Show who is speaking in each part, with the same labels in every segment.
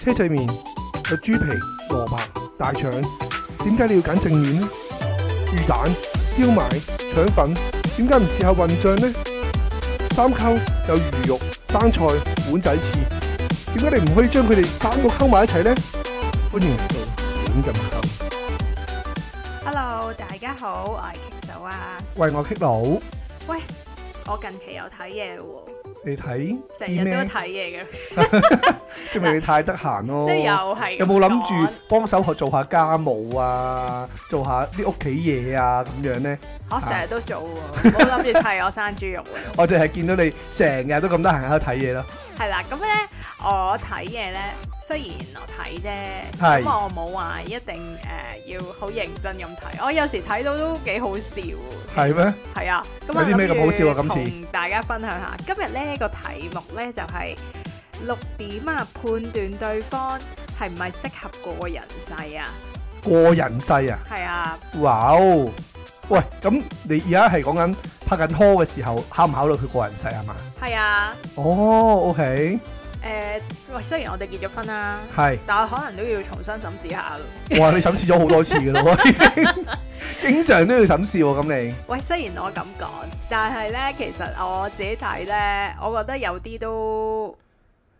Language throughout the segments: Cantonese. Speaker 1: 車仔麵有豬皮、蘿蔔、大腸，點解你要揀正面呢？魚蛋、燒賣、腸粉，點解唔試下混醬呢？三溝有魚肉、生菜、碗仔翅，點解你唔可以將佢哋三個溝埋一齊呢？歡迎嚟到亂咁溝，
Speaker 2: Hello，大家好，我係 Kick 嫂啊。
Speaker 1: 喂我棘佬，
Speaker 2: 喂，我近期有睇嘢喎，
Speaker 1: 你睇
Speaker 2: 成日
Speaker 1: 啲咩
Speaker 2: 都睇嘢嘅，
Speaker 1: 因為你太得閒咯。
Speaker 2: 即係又係咁
Speaker 1: 哦有冇諗住
Speaker 2: 講
Speaker 1: 幫手學做下家務啊，做下啲屋企嘢啊咁樣呢？
Speaker 2: 我成日都做喎，冇諗住砌我生豬肉喎。
Speaker 1: 我淨係見到你成日都咁得閒喺度睇嘢咯。
Speaker 2: 係啦，咁咧我睇嘢咧，雖然我睇啫，
Speaker 1: 係
Speaker 2: 咁我冇話一定誒、呃要好認真咁睇。我有時睇到都幾好笑喎。
Speaker 1: 係咩？
Speaker 2: 係啊，咁
Speaker 1: 有啲咩咁好笑啊
Speaker 2: 我諗住
Speaker 1: 今次
Speaker 2: 同大家分享下，今日呢個題目呢，就係六點啊，判斷對方係唔係適合過人世啊？
Speaker 1: 過人世啊！
Speaker 2: 係啊，
Speaker 1: 哇哦！喂，咁你而家係講緊拍緊拖嘅時候，考唔考慮佢過人世係嘛？
Speaker 2: 係啊，
Speaker 1: 哦，OK，
Speaker 2: 誒、喂，雖然我哋結咗婚啦，
Speaker 1: 係。
Speaker 2: 但係可能都要重新審視下咯。
Speaker 1: 哇！你審視咗好多次嘅咯， 已經經常都要審視喎。咁你
Speaker 2: 喂，雖然我咁講，但係呢，其實我自己睇呢，我覺得有啲都誒、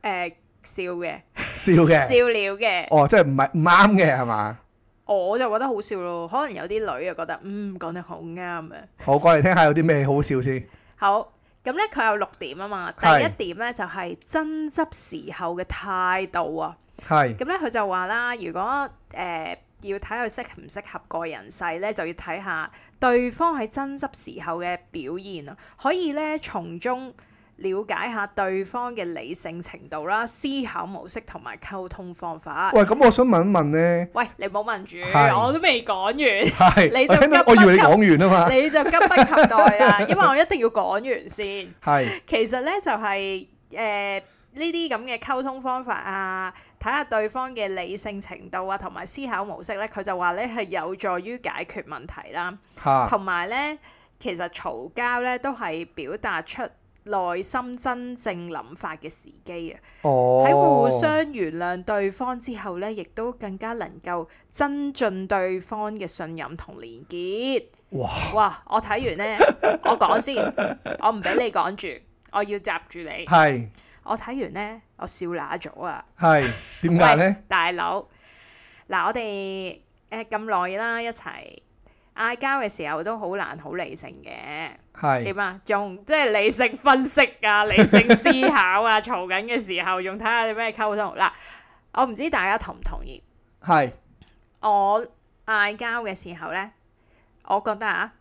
Speaker 2: 呃笑嘅，
Speaker 1: 笑嘅，
Speaker 2: 笑料嘅。
Speaker 1: 哦，即係唔係唔啱嘅係嘛？
Speaker 2: 我就覺得好笑咯，可能有啲女啊覺得，嗯，講得好啱啊。
Speaker 1: 我過嚟聽下有啲咩好笑先。
Speaker 2: 好，咁咧佢有六點啊嘛。第
Speaker 1: 係
Speaker 2: 一點咧就係爭執時候嘅態度啊。
Speaker 1: 係
Speaker 2: 咁咧佢就話啦，如果誒、呃要睇佢適唔適合個人世咧，就要睇下對方喺爭執時候嘅表現啊，可以咧從中。了解下對方嘅理性程度啦、思考模式同埋溝通方法。
Speaker 1: 喂，咁我想問一問咧，
Speaker 2: 喂，你冇問住，
Speaker 1: 係
Speaker 2: 我都未講完，
Speaker 1: 係
Speaker 2: 你
Speaker 1: 我
Speaker 2: 就
Speaker 1: 聽到
Speaker 2: 急，不
Speaker 1: 我以為你
Speaker 2: 及
Speaker 1: 講完啊嘛，
Speaker 2: 你就急不及待啦，因為我一定要講完先。
Speaker 1: 係
Speaker 2: 其實咧就係誒呢啲咁嘅溝通方法啊，睇下對方嘅理性程度啊，同埋思考模式咧，佢就話咧係有助於解決問題啦，
Speaker 1: 嚇
Speaker 2: 同埋咧其實嘈交咧都係表達出內心真正諗法嘅時機啊！
Speaker 1: 哦，
Speaker 2: 喺互相原諒對方之後咧，亦都更加能夠增進對方嘅信任同連結。
Speaker 1: 哇
Speaker 2: 哇！我睇完咧， 我講先，我唔俾你講住，我要閘住你。
Speaker 1: 係
Speaker 2: 我睇完咧，我笑乸咗啊！
Speaker 1: 係點解咧？
Speaker 2: 喂？大佬，嗱，我哋誒咁耐啦，一齊嗌交嘅時候都好難好理性嘅。
Speaker 1: 係
Speaker 2: 點啊？用即係理性分析 啊，理性思考啊，嘈緊嘅時候用睇下你咩溝通。嗱，我唔知大家同唔同意，
Speaker 1: 係
Speaker 2: 我嗌交嘅時候呢，我覺得啊，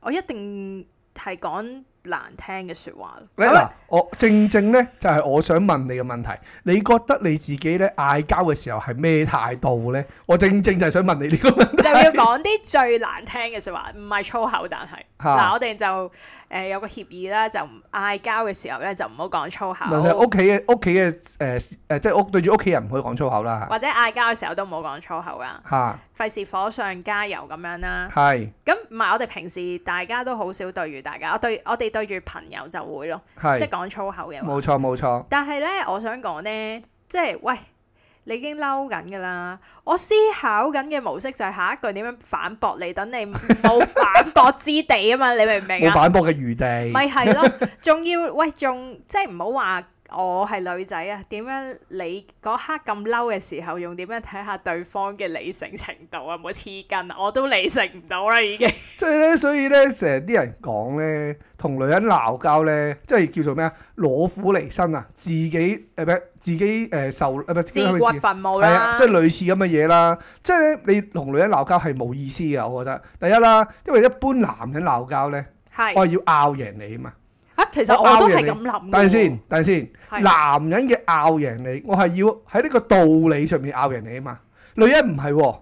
Speaker 2: 我一定係講難聽嘅説話咯。啊
Speaker 1: 咧嗱
Speaker 2: 好啦，
Speaker 1: 我正正咧就係我想問你嘅問題，你覺得你自己咧嗌交嘅時候係咩態度咧？我正正就係想問你呢個問題。
Speaker 2: 就要講啲最難聽嘅説話，唔係粗口，但係
Speaker 1: 嚇
Speaker 2: 嗱，我哋就誒、呃有個協議啦，就唔嗌交嘅時候呢，就唔好講粗
Speaker 1: 咪就係
Speaker 2: 口，
Speaker 1: 屋企嘅屋企嘅誒誒，即係屋對住屋企人唔可以講粗口啦
Speaker 2: 或者嗌交嘅時候都唔好講粗口啊，
Speaker 1: 嚇，
Speaker 2: 費事火上加油咁樣啦。
Speaker 1: 係
Speaker 2: 咁唔係我哋平時大家都好少對住大家，我對我哋對住朋友就會咯，即
Speaker 1: 係
Speaker 2: 係講粗口嘅話。
Speaker 1: 冇錯冇錯，
Speaker 2: 但係咧，我想講咧，即係喂，你已經嬲緊㗎啦。我思考緊嘅模式就係下一句點樣反駁你，等你 冇反駁之地啊嘛，你明唔明
Speaker 1: 冇
Speaker 2: 啊？
Speaker 1: 反駁嘅餘地。
Speaker 2: 咪係咯，仲要喂，仲即係唔好話我係女仔啊？點樣你嗰刻咁嬲嘅時候，用點樣睇下對方嘅理性程度啊？冇黐筋啊，我都理性唔到啦，已經。
Speaker 1: 即係咧，所以咧，成日啲人講咧，同女人鬧交咧，即係叫做咩啊？攞苦離身啊，自己誒咩？自己誒、呃受誒咩？
Speaker 2: 自掘墳墓
Speaker 1: 係啊，
Speaker 2: 啦
Speaker 1: 即，係類似咁嘅嘢啦。即係咧，你同女人鬧交係冇意思嘅，我覺得。第一啦，因為一般男人鬧交咧，
Speaker 2: 係
Speaker 1: 我係要拗贏你啊嘛。
Speaker 2: 啊，其實我都係咁諗嘅喎。
Speaker 1: 等陣先，等陣先，
Speaker 2: 係
Speaker 1: 男人嘅拗贏你，我係要喺呢個道理上面拗贏你啊嘛。女人唔係喎，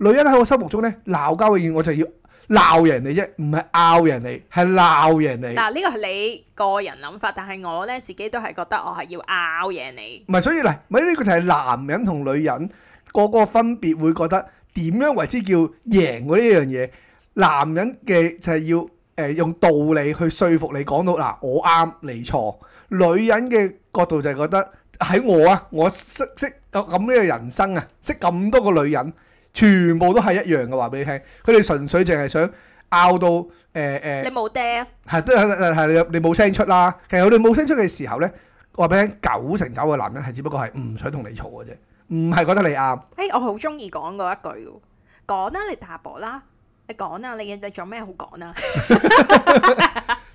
Speaker 1: 女人喺我心目中咧鬧交嘅嘢，我就要鬧贏你啫，唔係拗贏你，係鬧贏你。
Speaker 2: 嗱，呢個係你個人諗法，但係我咧自己都係覺得我係要拗贏你。
Speaker 1: 唔係，所以嗱，咪呢個就係男人同女人個個分別會覺得點樣為之叫贏嗰呢樣嘢。男人嘅就係要誒、呃用道理去說服你講到嗱我啱你錯，女人嘅角度就係覺得喺我啊，我識識有咁呢個人生啊，識咁多個女人，全部都係一樣嘅話俾你聽，佢哋純粹淨係想拗到呃誒誒
Speaker 2: 你，冇嗲，
Speaker 1: 係都係係係你你冇聲出啦。其實佢哋冇聲出嘅時候咧，我話俾你聽，九成九嘅男人係只不過係唔想同你嘈嘅啫，唔係覺得你啱。
Speaker 2: 誒哎我好中意講嗰一句喎，講啦你大婆啦，你講啦你你做咩好講啊？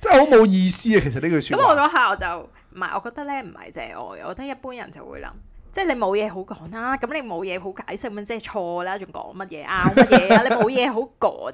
Speaker 1: 真係好冇意思啊！其實呢句
Speaker 2: 咁
Speaker 1: 説話
Speaker 2: 我，嗰下我就唔係，我覺得咧唔係借愛，我覺得一般人就會諗，即係你冇嘢好講啦，咁你冇嘢好解釋咁即係錯啦，仲講乜嘢拗乜嘢啊？你冇嘢好講，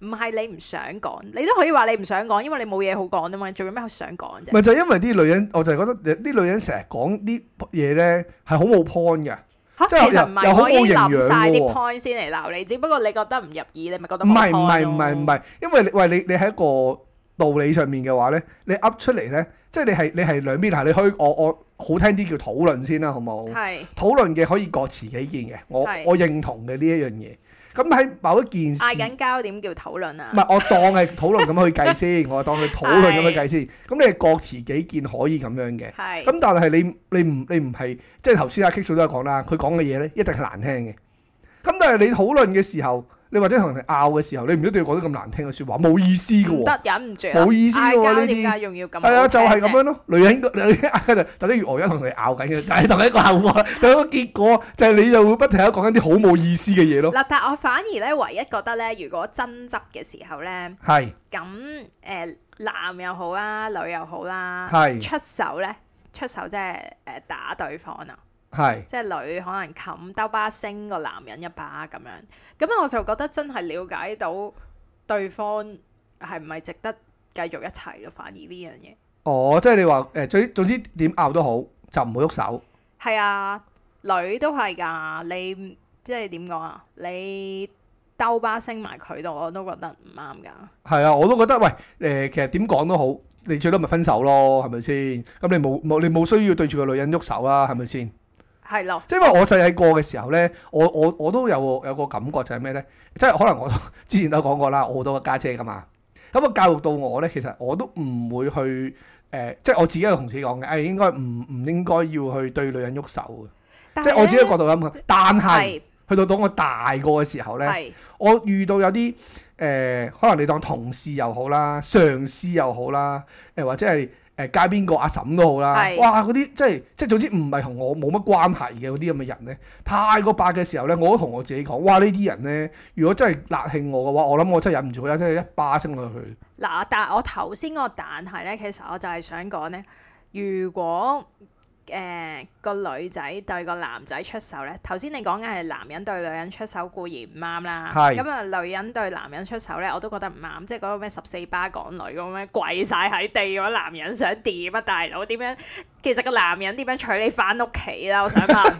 Speaker 2: 唔係你唔想講，你都可以話你唔想講，因為你冇嘢好講啊嘛，你做咩好想講啫？
Speaker 1: 咪就係因為啲女人，我就係覺得啲女人成日講啲嘢咧係好冇 point 嘅。
Speaker 2: 嚇，
Speaker 1: 即係
Speaker 2: 其實唔
Speaker 1: 又又
Speaker 2: 係，
Speaker 1: 好
Speaker 2: 我已經
Speaker 1: 冇營養
Speaker 2: 諗晒
Speaker 1: 喎
Speaker 2: 啲 point 先嚟鬧你，只不過你覺得唔入耳，你咪覺得
Speaker 1: 唔係
Speaker 2: 冇
Speaker 1: 唔
Speaker 2: point
Speaker 1: 係
Speaker 2: 咯
Speaker 1: 唔係唔係，因為你喂你你喺一個道理上面嘅話咧，你噏出嚟咧，即係你係你係兩邊係你可以我我好聽啲叫討論先啦，好冇？
Speaker 2: 係
Speaker 1: 討論嘅可以各持己見嘅，我
Speaker 2: 係
Speaker 1: 我認同嘅呢一樣嘢。咁喺某一件事，
Speaker 2: 嗌
Speaker 1: 唔
Speaker 2: 緊交點叫討論啊？
Speaker 1: 係我當係討論咁去計 先，我當佢討論咁去計先。咁你係各持己見可以咁樣嘅。
Speaker 2: 係
Speaker 1: 咁但係你你唔你唔係，即係頭先阿 Kick 嫂都有講啦，佢講嘅嘢咧一定係難聽嘅。咁但係你討論嘅時候，你或者同人哋拗嘅時候，你唔一定要講啲咁難聽嘅説話，冇意思嘅
Speaker 2: 唔
Speaker 1: 喎。
Speaker 2: 得忍唔住啊，
Speaker 1: 冇意思喎
Speaker 2: 嗌交
Speaker 1: 呢啲
Speaker 2: 點解仲要咁好聽
Speaker 1: 係
Speaker 2: 啫？
Speaker 1: 啊，就係咁樣咯。女人個女 人嗌就，但係我而家同你拗緊嘅，但係同你一個拗喎，但係個結果就係你就會不停喺度講緊啲好冇意思嘅嘢咯。
Speaker 2: 嗱，但係我反而咧，唯一覺得咧，如果爭執嘅時候咧，
Speaker 1: 係
Speaker 2: 咁誒、呃男又好啦，女又好啦，
Speaker 1: 係
Speaker 2: 出手咧，出手即係誒打對方啊，
Speaker 1: 係
Speaker 2: 即係女可能冚兜巴星個男人一巴咁樣，咁我就覺得真係了解到對方係唔係值得繼續一齊咯，反而呢樣嘢
Speaker 1: 哦，即係你話誒，總總之點拗都好，就唔好喐手。
Speaker 2: 係啊，女都係㗎，你即係點講啊？你兜巴星埋佢度，我都覺得唔啱㗎。
Speaker 1: 係啊，我都覺得喂，誒、其實點講都好，你最多咪分手咯，係咪先？咁你冇冇你冇需要對住個女人喐手啦，係咪先？
Speaker 2: 係咯，
Speaker 1: 即係因為我細細個嘅時候咧，我我我都有個有個感覺就係咩咧？即係可能我 之前都講過啦，我好多個家姐噶嘛，咁啊教育到我咧，其實我都唔會去誒、即係我自己有同事講嘅，誒、哎應該唔唔應該要去對女人喐手嘅，
Speaker 2: 但
Speaker 1: 即係
Speaker 2: 係
Speaker 1: 我自己
Speaker 2: 咧
Speaker 1: 嘅角度諗嘅。但係
Speaker 2: 係
Speaker 1: 去到到我大個嘅時候咧。
Speaker 2: 係
Speaker 1: 我遇到有啲誒、呃可能你當同事又好啦，上司又好啦，誒、或者係誒、呃街邊個阿嬸都好啦，
Speaker 2: 係
Speaker 1: 哇嗰啲即係即係總之唔係同我冇乜關係嘅嗰啲咁嘅人咧，太過白嘅時候咧，我都同我自己講，哇呢啲人咧，如果真係辣興我嘅話，我諗我真係忍唔住佢，真係一巴聲落去。
Speaker 2: 嗱，但係我頭先嗰個但係咧，其實我就係想講咧，如果誒、呃、個女仔對個男仔出手咧，頭先你講緊係男人對女人出手固然唔啱啦，
Speaker 1: 係
Speaker 2: 咁啊女人對男人出手咧，我都覺得唔啱，即係嗰個咩十四巴港女咁樣跪晒喺地咁樣，男人想點啊大佬點樣？其實個男人點樣娶你翻屋企啦？我想問，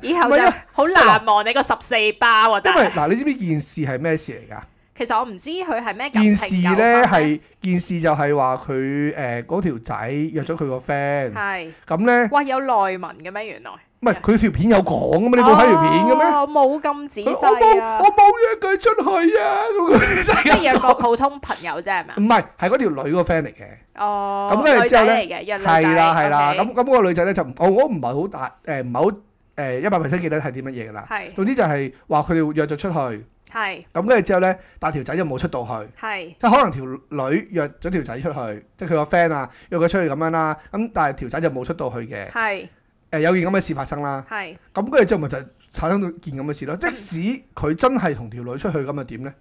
Speaker 2: 以後
Speaker 1: 唔係
Speaker 2: 就
Speaker 1: 啊
Speaker 2: 好難忘你個十四巴喎、
Speaker 1: 因
Speaker 2: 但
Speaker 1: 為
Speaker 2: 係
Speaker 1: 嗱、你知唔知件事係咩事嚟㗎？
Speaker 2: 其實我唔知佢係 咩感
Speaker 1: 件
Speaker 2: 情
Speaker 1: 事
Speaker 2: 糾紛
Speaker 1: 咧係件事就係話佢誒嗰條仔約咗佢個 friend，
Speaker 2: 係。
Speaker 1: 咁咧
Speaker 2: 哇！有內文嘅咩？原來
Speaker 1: 唔係佢條片有講㗎嘛？你冇睇條片嘅咩？
Speaker 2: 哦我冇咁仔
Speaker 1: 佢我
Speaker 2: 細
Speaker 1: 冇
Speaker 2: 啊
Speaker 1: 我，冇約佢出去 啊！咁佢真
Speaker 2: 即係
Speaker 1: 係
Speaker 2: 約個普通朋友啫，係咪啊
Speaker 1: 唔？係係嗰條女個 friend 嚟嘅，
Speaker 2: 哦，
Speaker 1: 咁跟住
Speaker 2: 女
Speaker 1: 之後
Speaker 2: 仔
Speaker 1: 呢
Speaker 2: 嚟嘅，約女仔
Speaker 1: 係啦係啦，
Speaker 2: ，OK
Speaker 1: 咁咁嗰個女仔咧就唔我我唔係好大誒唔係好誒一百 percent 記得係啲乜嘢㗎啦。
Speaker 2: 係
Speaker 1: 總之就係話佢哋約咗出去，咁
Speaker 2: 係
Speaker 1: 跟住之後咧，但條仔就冇出到去，
Speaker 2: 係
Speaker 1: 即係可能條女約咗條仔出去，即係佢個 friend 啊約佢出去咁樣啦，咁但係條仔就冇出到去嘅，誒、
Speaker 2: 係
Speaker 1: 有件咁嘅事發生啦，
Speaker 2: 係
Speaker 1: 咁跟住之後咪就產生到件咁嘅事咯。
Speaker 2: 嗯
Speaker 1: 即使佢真係同條女出去咁又點咧？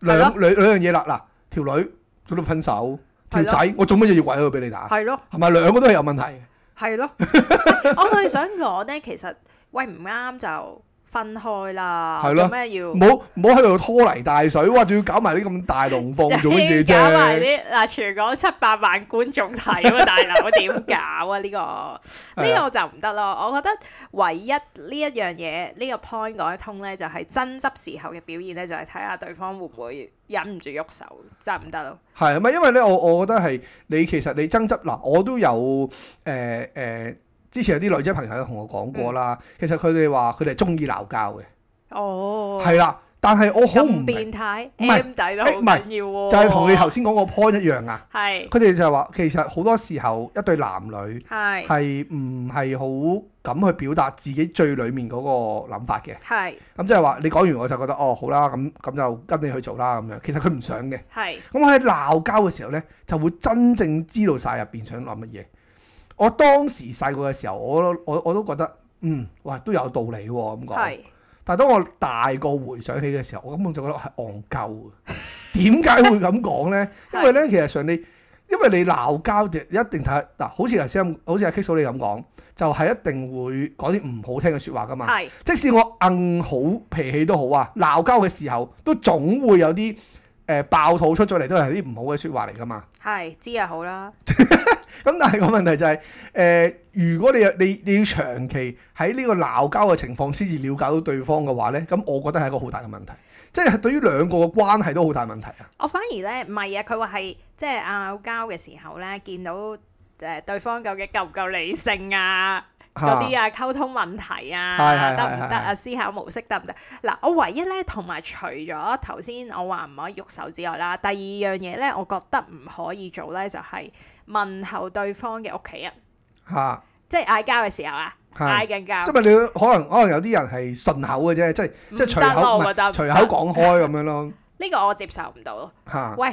Speaker 1: 兩
Speaker 2: 係
Speaker 1: 兩兩樣嘢啦，嗱，條女早到分手，條
Speaker 2: 係咯
Speaker 1: 仔我做乜嘢要鬼佢俾你打？
Speaker 2: 係咯
Speaker 1: 係咪兩個都係有問題嘅？
Speaker 2: 係咯，我係想講咧，其實喂唔啱就分開啦，
Speaker 1: 係咯
Speaker 2: 做咩要
Speaker 1: 唔？好唔好喺度拖泥帶水，哇！仲要搞埋啲咁大龍 鳳做乜嘢
Speaker 2: 搞埋
Speaker 1: 啫？
Speaker 2: 啲嗱，全港七百萬觀眾睇喎，大 佬點搞啊？呢、
Speaker 1: 係啊
Speaker 2: 個呢個我就唔得咯。我覺得唯一呢一樣嘢，呢、個 point 講得通咧，就係、爭執時候嘅表現咧，就係睇下對方會唔會忍唔住喐手，就唔得咯。
Speaker 1: 係咪？因為咧，我我覺得係你其實你爭執嗱，我都有誒誒、呃呃之前有啲女仔朋友同我講過啦，其實佢哋話佢哋係中意鬧交嘅，
Speaker 2: 嗯哦，
Speaker 1: 係啦、但係我好唔
Speaker 2: 咁
Speaker 1: 明，
Speaker 2: 變態
Speaker 1: 唔係
Speaker 2: M 仔都好
Speaker 1: 誒唔係
Speaker 2: 緊要喎，
Speaker 1: 就係同你頭先講個 point 一樣啊！
Speaker 2: 係
Speaker 1: 佢哋就係話，其實好多時候一對男女
Speaker 2: 係
Speaker 1: 係唔係好敢去表達自己最裡面嗰個諗法嘅。
Speaker 2: 係
Speaker 1: 咁即係話你講完我就覺得哦好啦，咁咁就跟你去做啦咁樣。其實佢唔想嘅。
Speaker 2: 係
Speaker 1: 咁我喺鬧交嘅時候呢，就會真正知道晒入邊想諗乜嘢。我當時細個嘅時候，我都我我都覺得嗯，哇都有道理喎、咁講。
Speaker 2: 係
Speaker 1: 但係當我大個回想起嘅時候，我根本就覺得我係戇鳩嘅。 點解會咁講呢？因為呢，其實上你因為你鬧交就一定睇嗱，好似頭先咁好似阿 Kiss 你咁講，就係、一定會講啲唔好聽嘅説話噶嘛。
Speaker 2: 係
Speaker 1: 即使我硬好脾氣都好啊，鬧交嘅時候都總會有啲誒、呃爆肚出咗嚟，都係啲唔好嘅説話嚟噶嘛。
Speaker 2: 係知就好啦，
Speaker 1: 咁但係個問題就係、呃如果你你你要長期喺呢個鬧交嘅情況先至了解到對方嘅話呢，咁我覺得係一個好大嘅問題，即係對於兩個嘅關係都好大問題啊。
Speaker 2: 我反而咧唔係啊，佢話係即係拗交嘅時候咧，見到誒對方究竟夠唔夠理性啊？嗰啲啊溝通問題啊
Speaker 1: 係係，
Speaker 2: 得唔得
Speaker 1: 係係
Speaker 2: 啊？思考模式得唔得？嗱，我唯一咧同埋除咗頭先我話唔可以喐手之外啦，第二樣嘢咧，我覺得唔可以做咧就係問候對方嘅屋企人，
Speaker 1: 嚇
Speaker 2: 即係嗌交嘅時候啊，嗌
Speaker 1: 係
Speaker 2: 緊
Speaker 1: 即
Speaker 2: 交，
Speaker 1: 係你可能可能有啲人係順口嘅啫，即係即係
Speaker 2: 唔
Speaker 1: 隨
Speaker 2: 得咯
Speaker 1: 口唔
Speaker 2: 我
Speaker 1: 係
Speaker 2: 覺得唔
Speaker 1: 隨口講開咁樣咯
Speaker 2: 呢個我接受唔到。
Speaker 1: 嚇。
Speaker 2: 喂，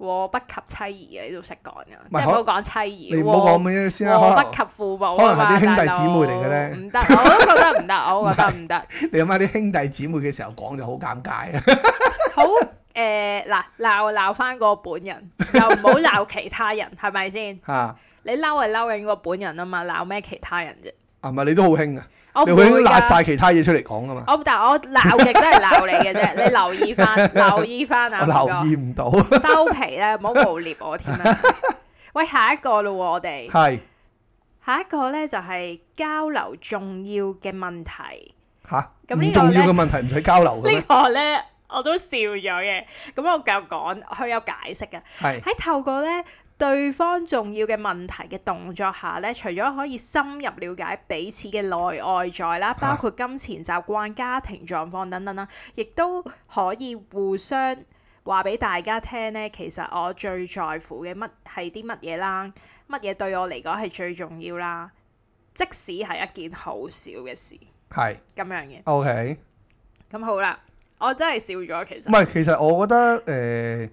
Speaker 2: 禍不及妻兒啊，你都識講㗎，
Speaker 1: 啊唔
Speaker 2: 即
Speaker 1: 係
Speaker 2: 係
Speaker 1: 可
Speaker 2: 唔好講妻兒。
Speaker 1: 你唔好講咁樣先啦，可
Speaker 2: 禍
Speaker 1: 能
Speaker 2: 不及父母啊
Speaker 1: 可能係啲
Speaker 2: 嘛
Speaker 1: 兄弟
Speaker 2: 大
Speaker 1: 姊妹
Speaker 2: 佬
Speaker 1: 嚟嘅咧
Speaker 2: 唔得，我都覺得唔得，我覺得唔得。
Speaker 1: 你諗下啲兄弟姊妹嘅時候講就好尷尬啊！
Speaker 2: 好誒嗱，鬧鬧翻個 本人，又唔好鬧其他人，係咪先？
Speaker 1: 嚇、
Speaker 2: 你嬲係嬲緊個本人啊嘛，鬧咩其他人啫？
Speaker 1: 啊唔係你都好興啊，
Speaker 2: 我
Speaker 1: 你
Speaker 2: 唔
Speaker 1: 會
Speaker 2: 會
Speaker 1: 揦
Speaker 2: 㗎，
Speaker 1: 晒其他嘢出嚟講啊嘛，
Speaker 2: 我但係我鬧極都係鬧你 嘅啫，你留意翻，留意翻啊，
Speaker 1: 我留
Speaker 2: 唔
Speaker 1: 意唔到，
Speaker 2: 該收皮啦，唔好污蔑 我添啦。喂，下一個咯喎，我哋
Speaker 1: 係
Speaker 2: 下一個咧就係交流重要嘅問題。
Speaker 1: 吓，
Speaker 2: 咁
Speaker 1: 唔
Speaker 2: 呢個
Speaker 1: 重要
Speaker 2: 呢
Speaker 1: 嘅問題唔使交流嘅
Speaker 2: 呢
Speaker 1: 咩？
Speaker 2: 個咧我都笑咗嘅，咁我繼續講，佢有解釋嘅。
Speaker 1: 係
Speaker 2: 喺透過咧對方重要嘅問題嘅動作下咧，除咗可以深入了解彼此嘅內外在啦，包括金錢習慣、家庭狀況等等啦，亦都可以互相話俾大家聽咧。其實我最在乎嘅乜係啲乜嘢啦，乜嘢對我嚟講係最重要啦。即使係一件好小嘅事
Speaker 1: 係
Speaker 2: 咁樣嘅，
Speaker 1: ，OK，
Speaker 2: 咁好啦，我真係笑咗其
Speaker 1: 唔
Speaker 2: 實。
Speaker 1: 係其實我覺得誒、呃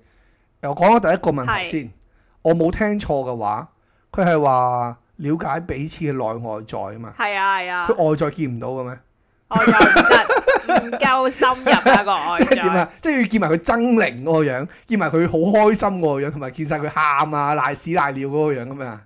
Speaker 1: 我講咗第一個問題
Speaker 2: 係
Speaker 1: 先，我冇聽錯嘅話，佢係話了解彼此嘅內外在啊嘛，
Speaker 2: 係啊係啊，
Speaker 1: 佢外在見唔到嘅咩？
Speaker 2: 我又唔得，唔夠深入啊個外
Speaker 1: 即係點
Speaker 2: 在。
Speaker 1: 啊？即係要見埋佢狰狞嗰個樣，見埋佢好開心嗰個樣，同埋見晒佢喊啊、賴屎賴尿嗰個樣咁啊，
Speaker 2: 誒、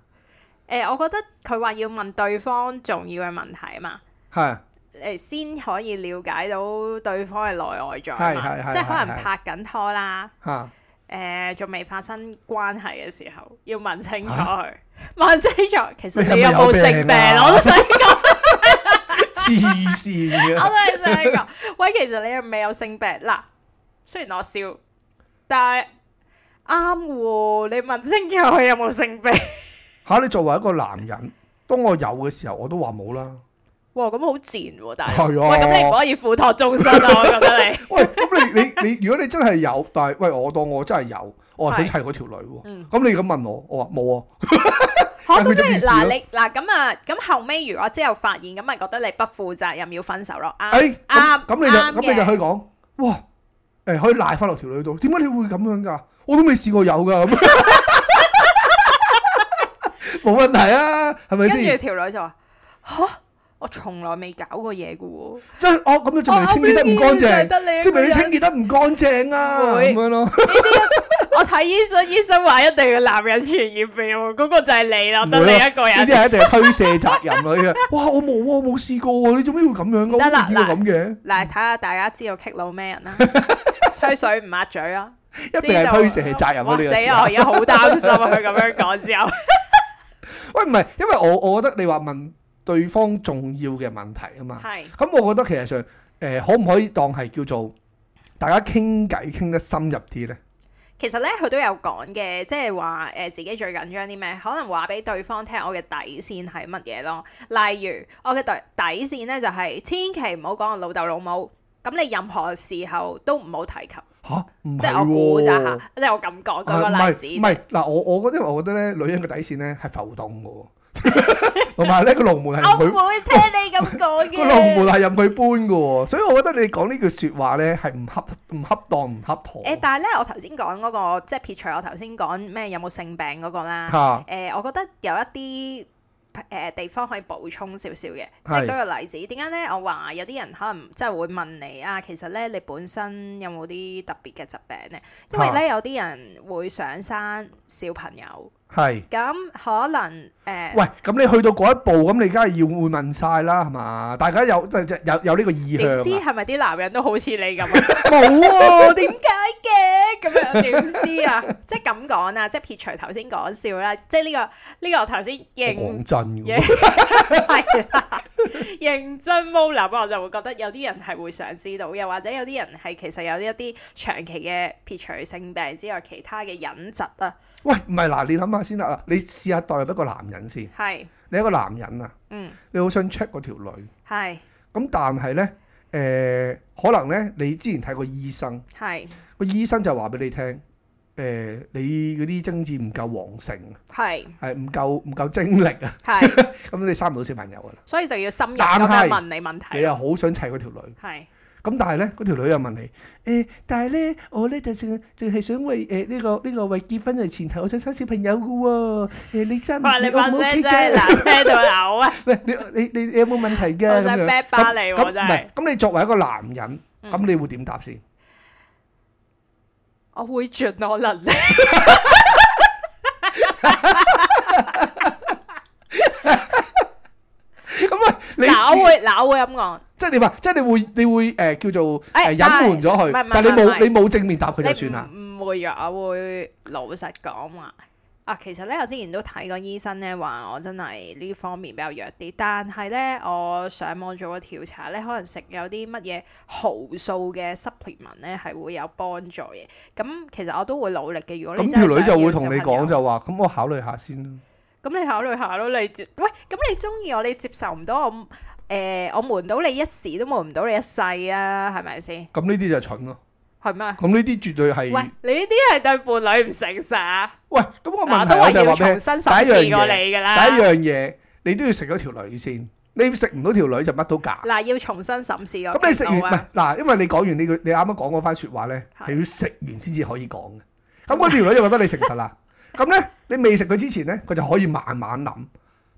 Speaker 2: 呃我覺得佢話要問對方重要嘅問題啊嘛，
Speaker 1: 係。
Speaker 2: 誒、先可以了解到對方嘅內外在啊
Speaker 1: 係係係
Speaker 2: 嘛，即係可能
Speaker 1: 係係
Speaker 2: 拍緊拖啦，
Speaker 1: 嚇
Speaker 2: 誒仲未發生關係嘅時候，要問清楚佢， 問清楚其實
Speaker 1: 你
Speaker 2: 你
Speaker 1: 係咪
Speaker 2: 有
Speaker 1: 有
Speaker 2: 冇性
Speaker 1: 病
Speaker 2: 病，
Speaker 1: 啊
Speaker 2: 我都想講，
Speaker 1: 黐線
Speaker 2: 我
Speaker 1: 嘅，
Speaker 2: 都係想講， 喂，其實你係咪有性病嗱？雖然我笑，但係啱嘅喎，你問清楚佢有冇性病，
Speaker 1: 嚇你作為一個男人，當我有嘅時候，我都話冇啦。
Speaker 2: 哇，咁好賤喎，但
Speaker 1: 係
Speaker 2: 係，
Speaker 1: 啊
Speaker 2: 喂，咁你唔可以付託終身啊，我覺得你，
Speaker 1: 喂，咁你你你，如果你真係有，但係喂，我當我真係有，我係想
Speaker 2: 係
Speaker 1: 砌嗰條女喎。
Speaker 2: 嗯。
Speaker 1: 咁你咁問我，我話冇啊。
Speaker 2: 嚇
Speaker 1: 但係佢就
Speaker 2: 咁即係
Speaker 1: 件事
Speaker 2: 嗱
Speaker 1: 咯
Speaker 2: 你嗱咁啊咁後尾如果之後發現咁咪覺得你不負責任要分手咯
Speaker 1: 誒
Speaker 2: 啱，
Speaker 1: 哎咁
Speaker 2: 啊啱
Speaker 1: 咁你就
Speaker 2: 啱
Speaker 1: 咁你就
Speaker 2: 嘅
Speaker 1: 去講，哇！誒可以賴翻落條女度，點解你會咁樣㗎？我都未試過有㗎咁。 冇問題啊，係咪
Speaker 2: 跟
Speaker 1: 先
Speaker 2: 住？條女就話嚇我從來未搞過嘢嘅喎，
Speaker 1: 即係哦，咁你仲未清潔得唔乾淨，
Speaker 2: 淨
Speaker 1: 即係你清啊潔得唔乾淨啊？咁
Speaker 2: 啊會
Speaker 1: 樣咯。
Speaker 2: 我睇醫生，醫生話一定要男人傳染病喎，嗰個就係你啦，得你一個
Speaker 1: 呢
Speaker 2: 人
Speaker 1: 啲。係一定係推卸責任咯。呢個哇，我冇啊，我冇試過喎，你做咩會咁樣噶？我
Speaker 2: 得
Speaker 1: 冇
Speaker 2: 啦
Speaker 1: 見過咁嘅，
Speaker 2: 嗱，睇下大家知道棘佬咩 人啦，吹水唔抹嘴啊啦，
Speaker 1: 一定係推卸責任咯。
Speaker 2: 哇
Speaker 1: 呢個
Speaker 2: 死
Speaker 1: 時
Speaker 2: 啊！我
Speaker 1: 候
Speaker 2: 而家好擔心啊！佢咁樣講 之後，
Speaker 1: 喂，唔係，因為我我覺得你話問對方重要嘅問題啊嘛。
Speaker 2: 係
Speaker 1: 咁我覺得其實上誒，可唔可以當係叫做大家傾偈傾得深入啲咧？
Speaker 2: 其實咧，佢都有講嘅，即係話誒自己最緊張啲咩？可能話俾對方聽我嘅底線係乜嘢咯。例如我嘅底底線咧就係、千祈唔好講我老豆老母，咁你任何時候都唔好提及，
Speaker 1: 吓唔
Speaker 2: 即
Speaker 1: 係
Speaker 2: 係我估咋
Speaker 1: 喎
Speaker 2: 嚇，即係我咁講舉
Speaker 1: 啊
Speaker 2: 個
Speaker 1: 唔係
Speaker 2: 例子
Speaker 1: 唔
Speaker 2: 啫。
Speaker 1: 係嗱，我我覺得因為我覺得咧，女人嘅底線咧係浮動嘅喎， 同埋咧個龍門係
Speaker 2: 我
Speaker 1: 任
Speaker 2: 唔
Speaker 1: 佢
Speaker 2: 會聽你咁講
Speaker 1: 個龍門
Speaker 2: 嘅。
Speaker 1: 係任佢搬嘅喎，所以我覺得你講呢句説話咧係唔恰唔恰當唔恰妥
Speaker 2: 誒，但係咧，我頭先講嗰個，即係撇除我頭先講咩有冇性病嗰個啦。
Speaker 1: 嚇
Speaker 2: 誒、我覺得有一啲誒、地方可以補充少少嘅，即
Speaker 1: 係
Speaker 2: 係舉個例子，點解咧？我話有啲人可能真係會問你啊，其實咧你本身有冇啲特別嘅疾病咧？因為咧有啲人會想生小朋友，
Speaker 1: 係。
Speaker 2: 咁可能誒、呃
Speaker 1: 喂，咁你去到嗰一步，咁你梗係要會問晒啦，係嘛？大家有即係有有呢個意向
Speaker 2: 點知
Speaker 1: 啊
Speaker 2: 係咪啲男人都好似你 咁啊？
Speaker 1: 冇
Speaker 2: 哦
Speaker 1: 喎，
Speaker 2: 點解嘅？咁樣點知啊？即係咁講啊，即係撇除頭先講笑啦，即係呢、個呢、個我頭先認
Speaker 1: 講真
Speaker 2: 嘢
Speaker 1: 嘅，
Speaker 2: 係啦， 認真冇諗，我就會覺得有啲人係會想知道，又或者有啲人係其實有一啲長期嘅撇除性病之外，其他嘅隱疾啊，
Speaker 1: 喂，唔係嗱，你諗下先啦，你試下代入一個男人先，
Speaker 2: 係，
Speaker 1: 你一個男人啊，
Speaker 2: 嗯，
Speaker 1: 你好想 check 嗰條女，
Speaker 2: 係，
Speaker 1: 咁但係呢，誒、可能呢，你之前睇過醫生，
Speaker 2: 係，
Speaker 1: 個醫生就話俾你聽，誒、你嗰啲精子唔夠旺盛，
Speaker 2: 係，
Speaker 1: 係唔夠唔夠精力啊，
Speaker 2: 係，
Speaker 1: 咁你生唔到小朋友噶啦，
Speaker 2: 所以就要深入
Speaker 1: 但
Speaker 2: 咁
Speaker 1: 係
Speaker 2: 樣問你問
Speaker 1: 你
Speaker 2: 題，
Speaker 1: 又好想砌嗰條女。
Speaker 2: 係，
Speaker 1: 咁但係咧，嗰條女又問你，誒、但係咧，我咧就淨淨係想為誒呢、個呢、個為結婚為前提，我想生小朋友嘅喎、誒你真
Speaker 2: 哇！
Speaker 1: 唔
Speaker 2: 你
Speaker 1: 你
Speaker 2: 把
Speaker 1: O 唔
Speaker 2: 聲
Speaker 1: OK
Speaker 2: 真係
Speaker 1: 㗎？
Speaker 2: 難聽到嘔啊！
Speaker 1: 喂，你你你你有冇問題㗎？
Speaker 2: 我
Speaker 1: 咁
Speaker 2: 想
Speaker 1: 樣
Speaker 2: back 巴你喎
Speaker 1: 咁
Speaker 2: 真係
Speaker 1: 唔係咁，你作為一個男人，
Speaker 2: 嗯
Speaker 1: 咁你會點答先？
Speaker 2: 我會盡我能力。
Speaker 1: 咁啊，你
Speaker 2: 嗱，我會，嗱，我會咁講，
Speaker 1: 即係點啊？即係你會你會誒、叫做誒、
Speaker 2: 哎
Speaker 1: 隱瞞咗
Speaker 2: 唔係唔係
Speaker 1: 佢，但係你
Speaker 2: 唔係
Speaker 1: 冇你冇正面答佢就算
Speaker 2: 你
Speaker 1: 啦。
Speaker 2: 唔唔會㗎，我會老實講話。啊，其實咧，我之前都睇過醫生咧，話我真係呢方面比較弱啲。但係咧，我上網做個調查咧，可能食有啲乜嘢毫數嘅 supplement 咧，係會有幫助嘅。咁其實我都會努力嘅。如果你
Speaker 1: 咁條
Speaker 2: 真係
Speaker 1: 女就
Speaker 2: 想要
Speaker 1: 會同你
Speaker 2: 小朋友
Speaker 1: 講就話，咁我考慮下先啦。
Speaker 2: 咁你考慮下咯，你接喂，咁你中意我，你接受唔到我，誒、我瞞到你一時都瞞唔到你一世啊，係咪先？
Speaker 1: 咁呢啲就蠢咯。
Speaker 2: 係咩？
Speaker 1: 咁呢啲絕對
Speaker 2: 喂，
Speaker 1: 係
Speaker 2: 你呢啲係對伴侶唔誠實啊！
Speaker 1: 喂，咁個問
Speaker 2: 嗱，
Speaker 1: 題
Speaker 2: 都
Speaker 1: 我
Speaker 2: 話
Speaker 1: 就係話俾
Speaker 2: 要
Speaker 1: 你
Speaker 2: 重
Speaker 1: 聽
Speaker 2: 新審
Speaker 1: 第
Speaker 2: 視
Speaker 1: 一樣
Speaker 2: 過
Speaker 1: 嘢。
Speaker 2: 你㗎啦。
Speaker 1: 第一樣嘢，你都要食咗條女先。你食唔到條女就乜都假。
Speaker 2: 嗱，要重新審視個
Speaker 1: 咁你食完唔
Speaker 2: 程度
Speaker 1: 係
Speaker 2: 啊
Speaker 1: 嗱，因為你講完呢句，你啱啱講嗰番説話咧，
Speaker 2: 係
Speaker 1: 係要食完先至可以講嘅。咁嗰條女就覺得你誠實啦。 咁咧，你未食佢之前咧，佢就可以慢慢諗。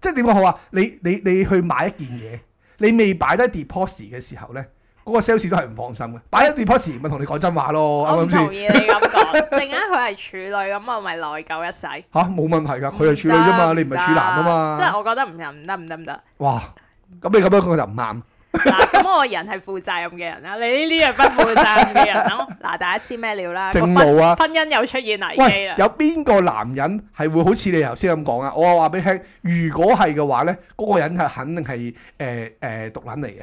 Speaker 1: 即係點講好啊？你你你去買一件嘢，你未擺低 deposit 嘅時候咧，嗰、個 sales 都係唔放心嘅。擺低 deposit 咪同你講真話咯，
Speaker 2: 我
Speaker 1: 啱
Speaker 2: 唔
Speaker 1: 唔啱先
Speaker 2: 同？意你咁講，陣間佢係處女咁，我咪內疚一世。
Speaker 1: 嚇冇問題㗎，佢係處女啫嘛，
Speaker 2: 唔得
Speaker 1: 你唔係處男啊嘛。
Speaker 2: 唔得即係我覺得唔得唔得唔得唔得。
Speaker 1: 哇！咁你咁樣講就唔啱。
Speaker 2: 嗱，咁我人係負責任嘅人啦，你呢啲係不負責任嘅人啦。嗱，大家知咩料啦？個
Speaker 1: 正
Speaker 2: 婚
Speaker 1: 路啊
Speaker 2: 婚姻又出現危機
Speaker 1: 喂
Speaker 2: 啦，。
Speaker 1: 有邊個男人係會好似你頭先咁講啊？我話俾你聽，如果係嘅話咧，嗰、個人係肯定係誒誒毒撚嚟嘅，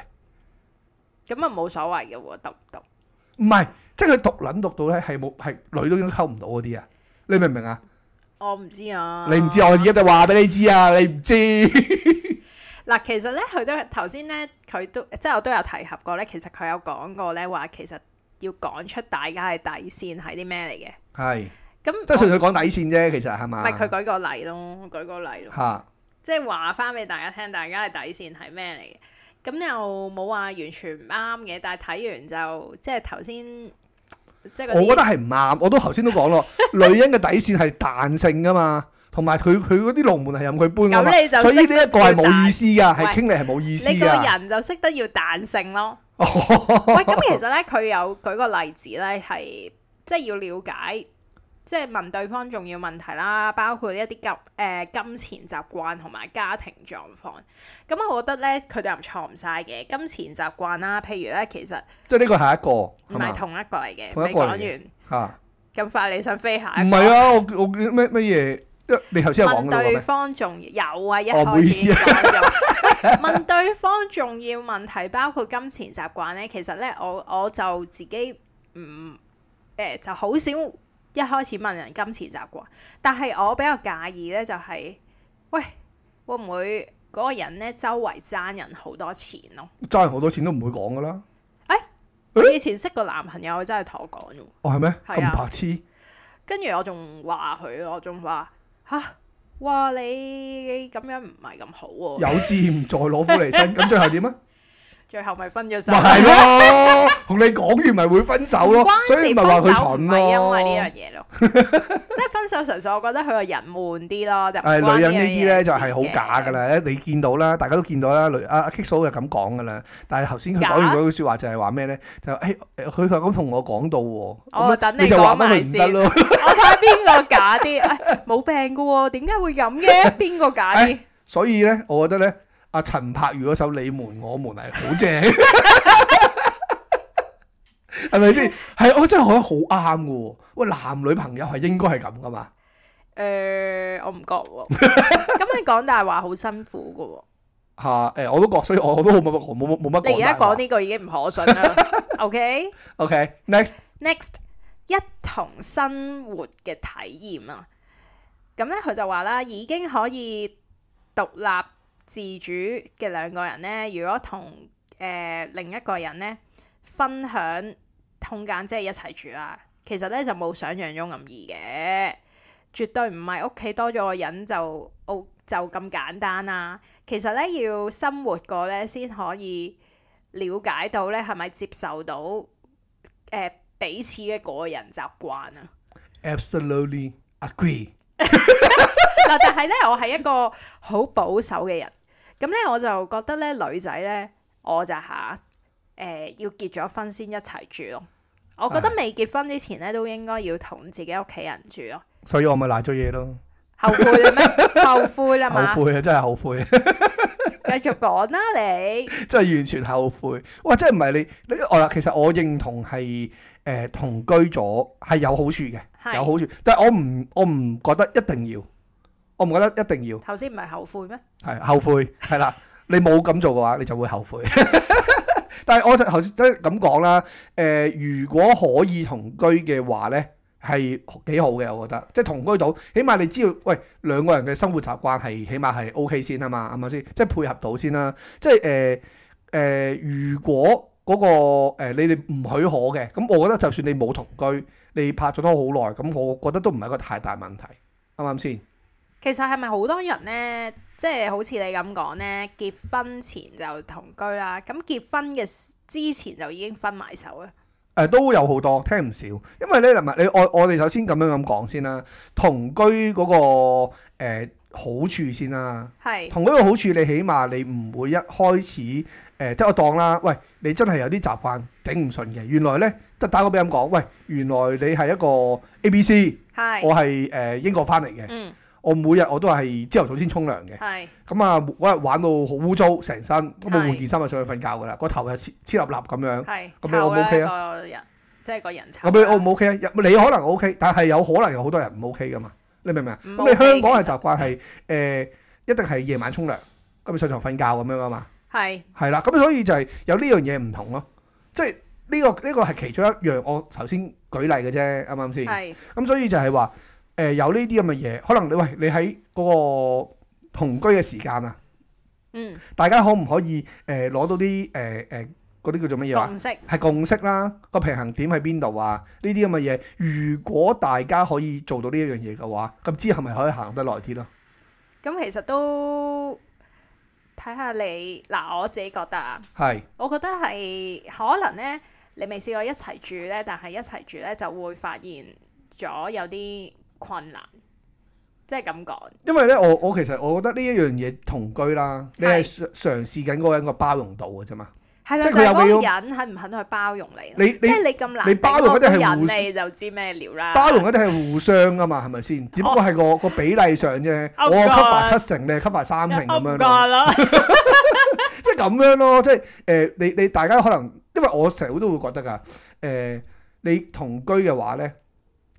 Speaker 2: 咁啊冇所謂嘅喎，讀唔讀？
Speaker 1: 唔係即係佢毒撚毒到咧係冇係女都應該溝唔到嗰啲啊！你明唔明啊？
Speaker 2: 我唔知啊。
Speaker 1: 你唔知，我而家就話俾你知啊！你 唔知
Speaker 2: 嗱，其實咧，佢都頭先咧，佢都即係我都有提及過咧。其實佢有講過咧，話其實要講出大家嘅底線係啲咩嚟嘅。
Speaker 1: 係
Speaker 2: 咁
Speaker 1: 即係純粹講底線啫，其實係
Speaker 2: 我
Speaker 1: 嘛？
Speaker 2: 咪佢舉個例咯，舉個例咯，
Speaker 1: 嚇
Speaker 2: 即係話翻俾大家聽，大家嘅底線係咩嚟嘅？咁又冇話完全唔啱嘅，但係睇完就即係頭先，即係嗰
Speaker 1: 我覺
Speaker 2: 啲
Speaker 1: 得係唔啱，我都頭先都講 咯，女人嘅底線係彈性噶嘛，同埋佢佢嗰啲龍門係任佢搬噶嘛
Speaker 2: 咁你，就
Speaker 1: 所以呢
Speaker 2: 識得
Speaker 1: 一個係冇意思噶，
Speaker 2: 喂
Speaker 1: 係傾你係冇意思
Speaker 2: 你個
Speaker 1: 噶。
Speaker 2: 人就識得要彈性咯。
Speaker 1: 哦
Speaker 2: 喂，咁其實咧，佢有舉個例子咧，係即係要了解，即係問對方重要問題啦，包括一啲金誒、呃金錢習慣同埋家庭狀況。咁我覺得咧，佢哋又唔錯唔晒嘅金錢習慣啦。譬如咧，其實
Speaker 1: 即係呢個係一
Speaker 2: 唔
Speaker 1: 個係
Speaker 2: 係
Speaker 1: 嘛
Speaker 2: 同一個嚟嘅，
Speaker 1: 同一
Speaker 2: 未
Speaker 1: 個
Speaker 2: 講
Speaker 1: 嚟嘅
Speaker 2: 完
Speaker 1: 嚇？
Speaker 2: 咁快你想飛下
Speaker 1: 唔
Speaker 2: 一個？
Speaker 1: 係啊，我我咩乜嘢？因為你頭先有講
Speaker 2: 問
Speaker 1: 噶喎
Speaker 2: 對
Speaker 1: 咩？
Speaker 2: 方重要有啊，一
Speaker 1: 哦唔好
Speaker 2: 開
Speaker 1: 意
Speaker 2: 始
Speaker 1: 思啊
Speaker 2: 講咗。 問對方重要問題，包括金錢習慣咧。其實咧，我我就自己唔誒、呃就好少一開始問人金錢習慣，但係我比較介意咧就係、喂會唔會嗰個人咧周圍爭人好多錢咯？
Speaker 1: 爭人好多錢都唔會講噶啦。
Speaker 2: 我以前識個男朋友，佢真係同我講喎。
Speaker 1: 哦係咩？
Speaker 2: 係啊
Speaker 1: 咁白痴，
Speaker 2: 跟住我仲話佢，我仲話吓，哇你咁樣唔係咁好喎、
Speaker 1: 有志唔在攞夫離 身，咁最後點啊？
Speaker 2: 最後咪分咗手。
Speaker 1: 咪係咯，同你講完咪會分手咯
Speaker 2: 唔關，事
Speaker 1: 所以咪話佢蠢
Speaker 2: 分手唔係因
Speaker 1: 咯。
Speaker 2: 為呢樣嘢咯，即係分手純粹我覺得佢個人悶啲咯，就唔
Speaker 1: 誒
Speaker 2: 關
Speaker 1: 女人呢啲
Speaker 2: 樣嘢
Speaker 1: 咧
Speaker 2: 事
Speaker 1: 就係好假㗎啦，你見到啦，大家都見到啦，女阿阿 Kick 嫂就咁講㗎啦。但係頭先佢講完
Speaker 2: 假
Speaker 1: 嗰句説話就係話咩咧？就誒誒佢就咁同我講到喎，
Speaker 2: 哦
Speaker 1: 咁啊
Speaker 2: 等你
Speaker 1: 你就話
Speaker 2: 講
Speaker 1: 翻
Speaker 2: 埋
Speaker 1: 佢唔
Speaker 2: 先
Speaker 1: 得咯。
Speaker 2: 我睇下邊個假啲，哎冇病噶喎，點解會 咁嘅？邊個假啲？
Speaker 1: 所以咧，我覺得咧，阿陳柏宇嗰首《你們我們》係好 正，係咪先？係我真係覺得好啱嘅喎。喂，男女朋友係應該係咁噶嘛？
Speaker 2: 誒，我唔覺喎。咁你講大話好辛苦噶喎。
Speaker 1: 嚇誒、我都覺，所以我 我都冇乜冇冇冇乜講大話。
Speaker 2: 你而家講呢句已經唔可信啦。OK，next
Speaker 1: OK，next
Speaker 2: 一同生活嘅體驗啊，咁咧佢就話啦，已經可以獨立自主嘅兩個人咧，如果同誒、呃另一個人咧分享空間，即係一齊住啦，其實咧就冇想象中咁易嘅，絕對唔係屋企多咗個人就哦就咁簡單啦。其實咧要生活過咧先可以了解到咧係咪接受到誒、呃彼此嘅個人習慣啊。
Speaker 1: absolutely agree。
Speaker 2: 嗱，但係咧，我係一個好保守嘅人，咁咧我就覺得咧女仔咧，我就嚇誒、呃要結咗婚先一齊住咯。我覺得未結婚之前咧，都應該要同自己屋企人住咯。
Speaker 1: 所以我咪賴咗嘢咯，
Speaker 2: 後悔啦 咩？後悔啦嘛，
Speaker 1: 後悔啊，真係後悔，
Speaker 2: 繼續講啦你。
Speaker 1: 真係完全後悔。哇，真係唔係你你我啦，其實我認同係誒、呃同居咗係有好處嘅，
Speaker 2: 係
Speaker 1: 有好處，但係我唔我唔覺得一定要，我唔覺得一定要
Speaker 2: 頭先唔係後悔咩？
Speaker 1: 係後悔係啦。你冇咁做嘅話，你就會後悔。 但係我就頭先真係咁講啦，誒、如果可以同居嘅話咧，係幾好嘅，我覺得，即係同居到，起碼你知道，喂，兩個人嘅生活習慣係起碼係 O K 先啊嘛，係咪先？即係配合到先啦，即係誒誒，如果嗰、個、呃、你哋唔許可嘅，咁我覺得就算你冇同居，你拍咗拖好耐，咁我覺得都唔係一個太大問題，啱唔啱先？
Speaker 2: 其實係咪好多人呢？即係好似你咁講呢，結婚前就同居啦，咁結婚嘅之前就已經分埋手啦。
Speaker 1: 誒、呃都有好多，聽唔少。因為咧，嗱，你我我哋首先咁樣咁講先啦，同居嗰、個、呃、好處先啦。
Speaker 2: 係
Speaker 1: 同居嘅好處，你起碼你唔會一開始誒、呃即係我當啦，喂，你真係有啲習慣頂唔順嘅。原來咧，即係打個比咁講，喂，原來你係一個 A B C，
Speaker 2: 係，
Speaker 1: 我係誒、呃英國翻嚟嘅，
Speaker 2: 嗯
Speaker 1: 我每日我都係朝頭早先沖涼嘅。
Speaker 2: 係
Speaker 1: 咁啊，嗰日玩到好污糟，成身咁啊
Speaker 2: 係
Speaker 1: 換件衫就上去瞓覺㗎啦，個頭又黐黐立立咁樣。
Speaker 2: 係。
Speaker 1: 咁你 O 唔 OK
Speaker 2: 啊？個人即係個人
Speaker 1: 咁
Speaker 2: 醜。
Speaker 1: 你 O 唔 O K 啊？你可能 O K，但係有可能有好多人唔 O K 噶嘛？你明唔明啊？
Speaker 2: 唔
Speaker 1: 咁你
Speaker 2: OK
Speaker 1: 香港嘅習慣係誒、呃一定係夜晚沖涼，咁你上床瞓覺咁樣啊嘛？
Speaker 2: 係
Speaker 1: 係啦，咁所以就係有呢樣嘢唔同咯，即係呢、個呢、個係其中一樣。我頭先舉例嘅啫，啱唔啱先？
Speaker 2: 係
Speaker 1: 咁所以就係話誒有呢啲咁嘅嘢，可能你喂你喺嗰個同居嘅時間啊，
Speaker 2: 嗯
Speaker 1: 大家可唔可以誒攞、到啲誒誒嗰啲叫做乜嘢話？
Speaker 2: 共識
Speaker 1: 係共識啦，個平衡點喺邊度啊？呢啲咁嘅嘢，如果大家可以做到呢一樣嘢嘅話，咁之後咪可以行得耐啲咯。
Speaker 2: 咁其實都睇下你嗱，我自己覺得啊，
Speaker 1: 係
Speaker 2: 我覺得係可能呢，你未試過一齊住呢，但係一齊住呢就會發現咗有啲困難，即係咁講。
Speaker 1: 因為咧，我我其實我覺得呢一樣嘢同居啦，你係
Speaker 2: 係
Speaker 1: 嘗嘗試緊嗰個人個包容度嘅啫嘛。
Speaker 2: 係啦，
Speaker 1: 即
Speaker 2: 就
Speaker 1: 係佢
Speaker 2: 係
Speaker 1: 有
Speaker 2: 嗰
Speaker 1: 幾
Speaker 2: 個人肯唔肯去包容你啦。
Speaker 1: 你
Speaker 2: 即
Speaker 1: 你
Speaker 2: 係你咁難
Speaker 1: 你
Speaker 2: 頂
Speaker 1: 包容一定係
Speaker 2: 嗰
Speaker 1: 互
Speaker 2: 個人，你就知咩料啦。
Speaker 1: 包容一定係互相噶嘛，係咪先？只不過係個個比例上啫。我 cover 七成，你 cover 三成咁
Speaker 2: Oh
Speaker 1: 樣咯。
Speaker 2: 啦。
Speaker 1: 即係咁樣咯，即係誒、呃你你大家可能，因為我成日都會覺得㗎，誒、你同居嘅話咧，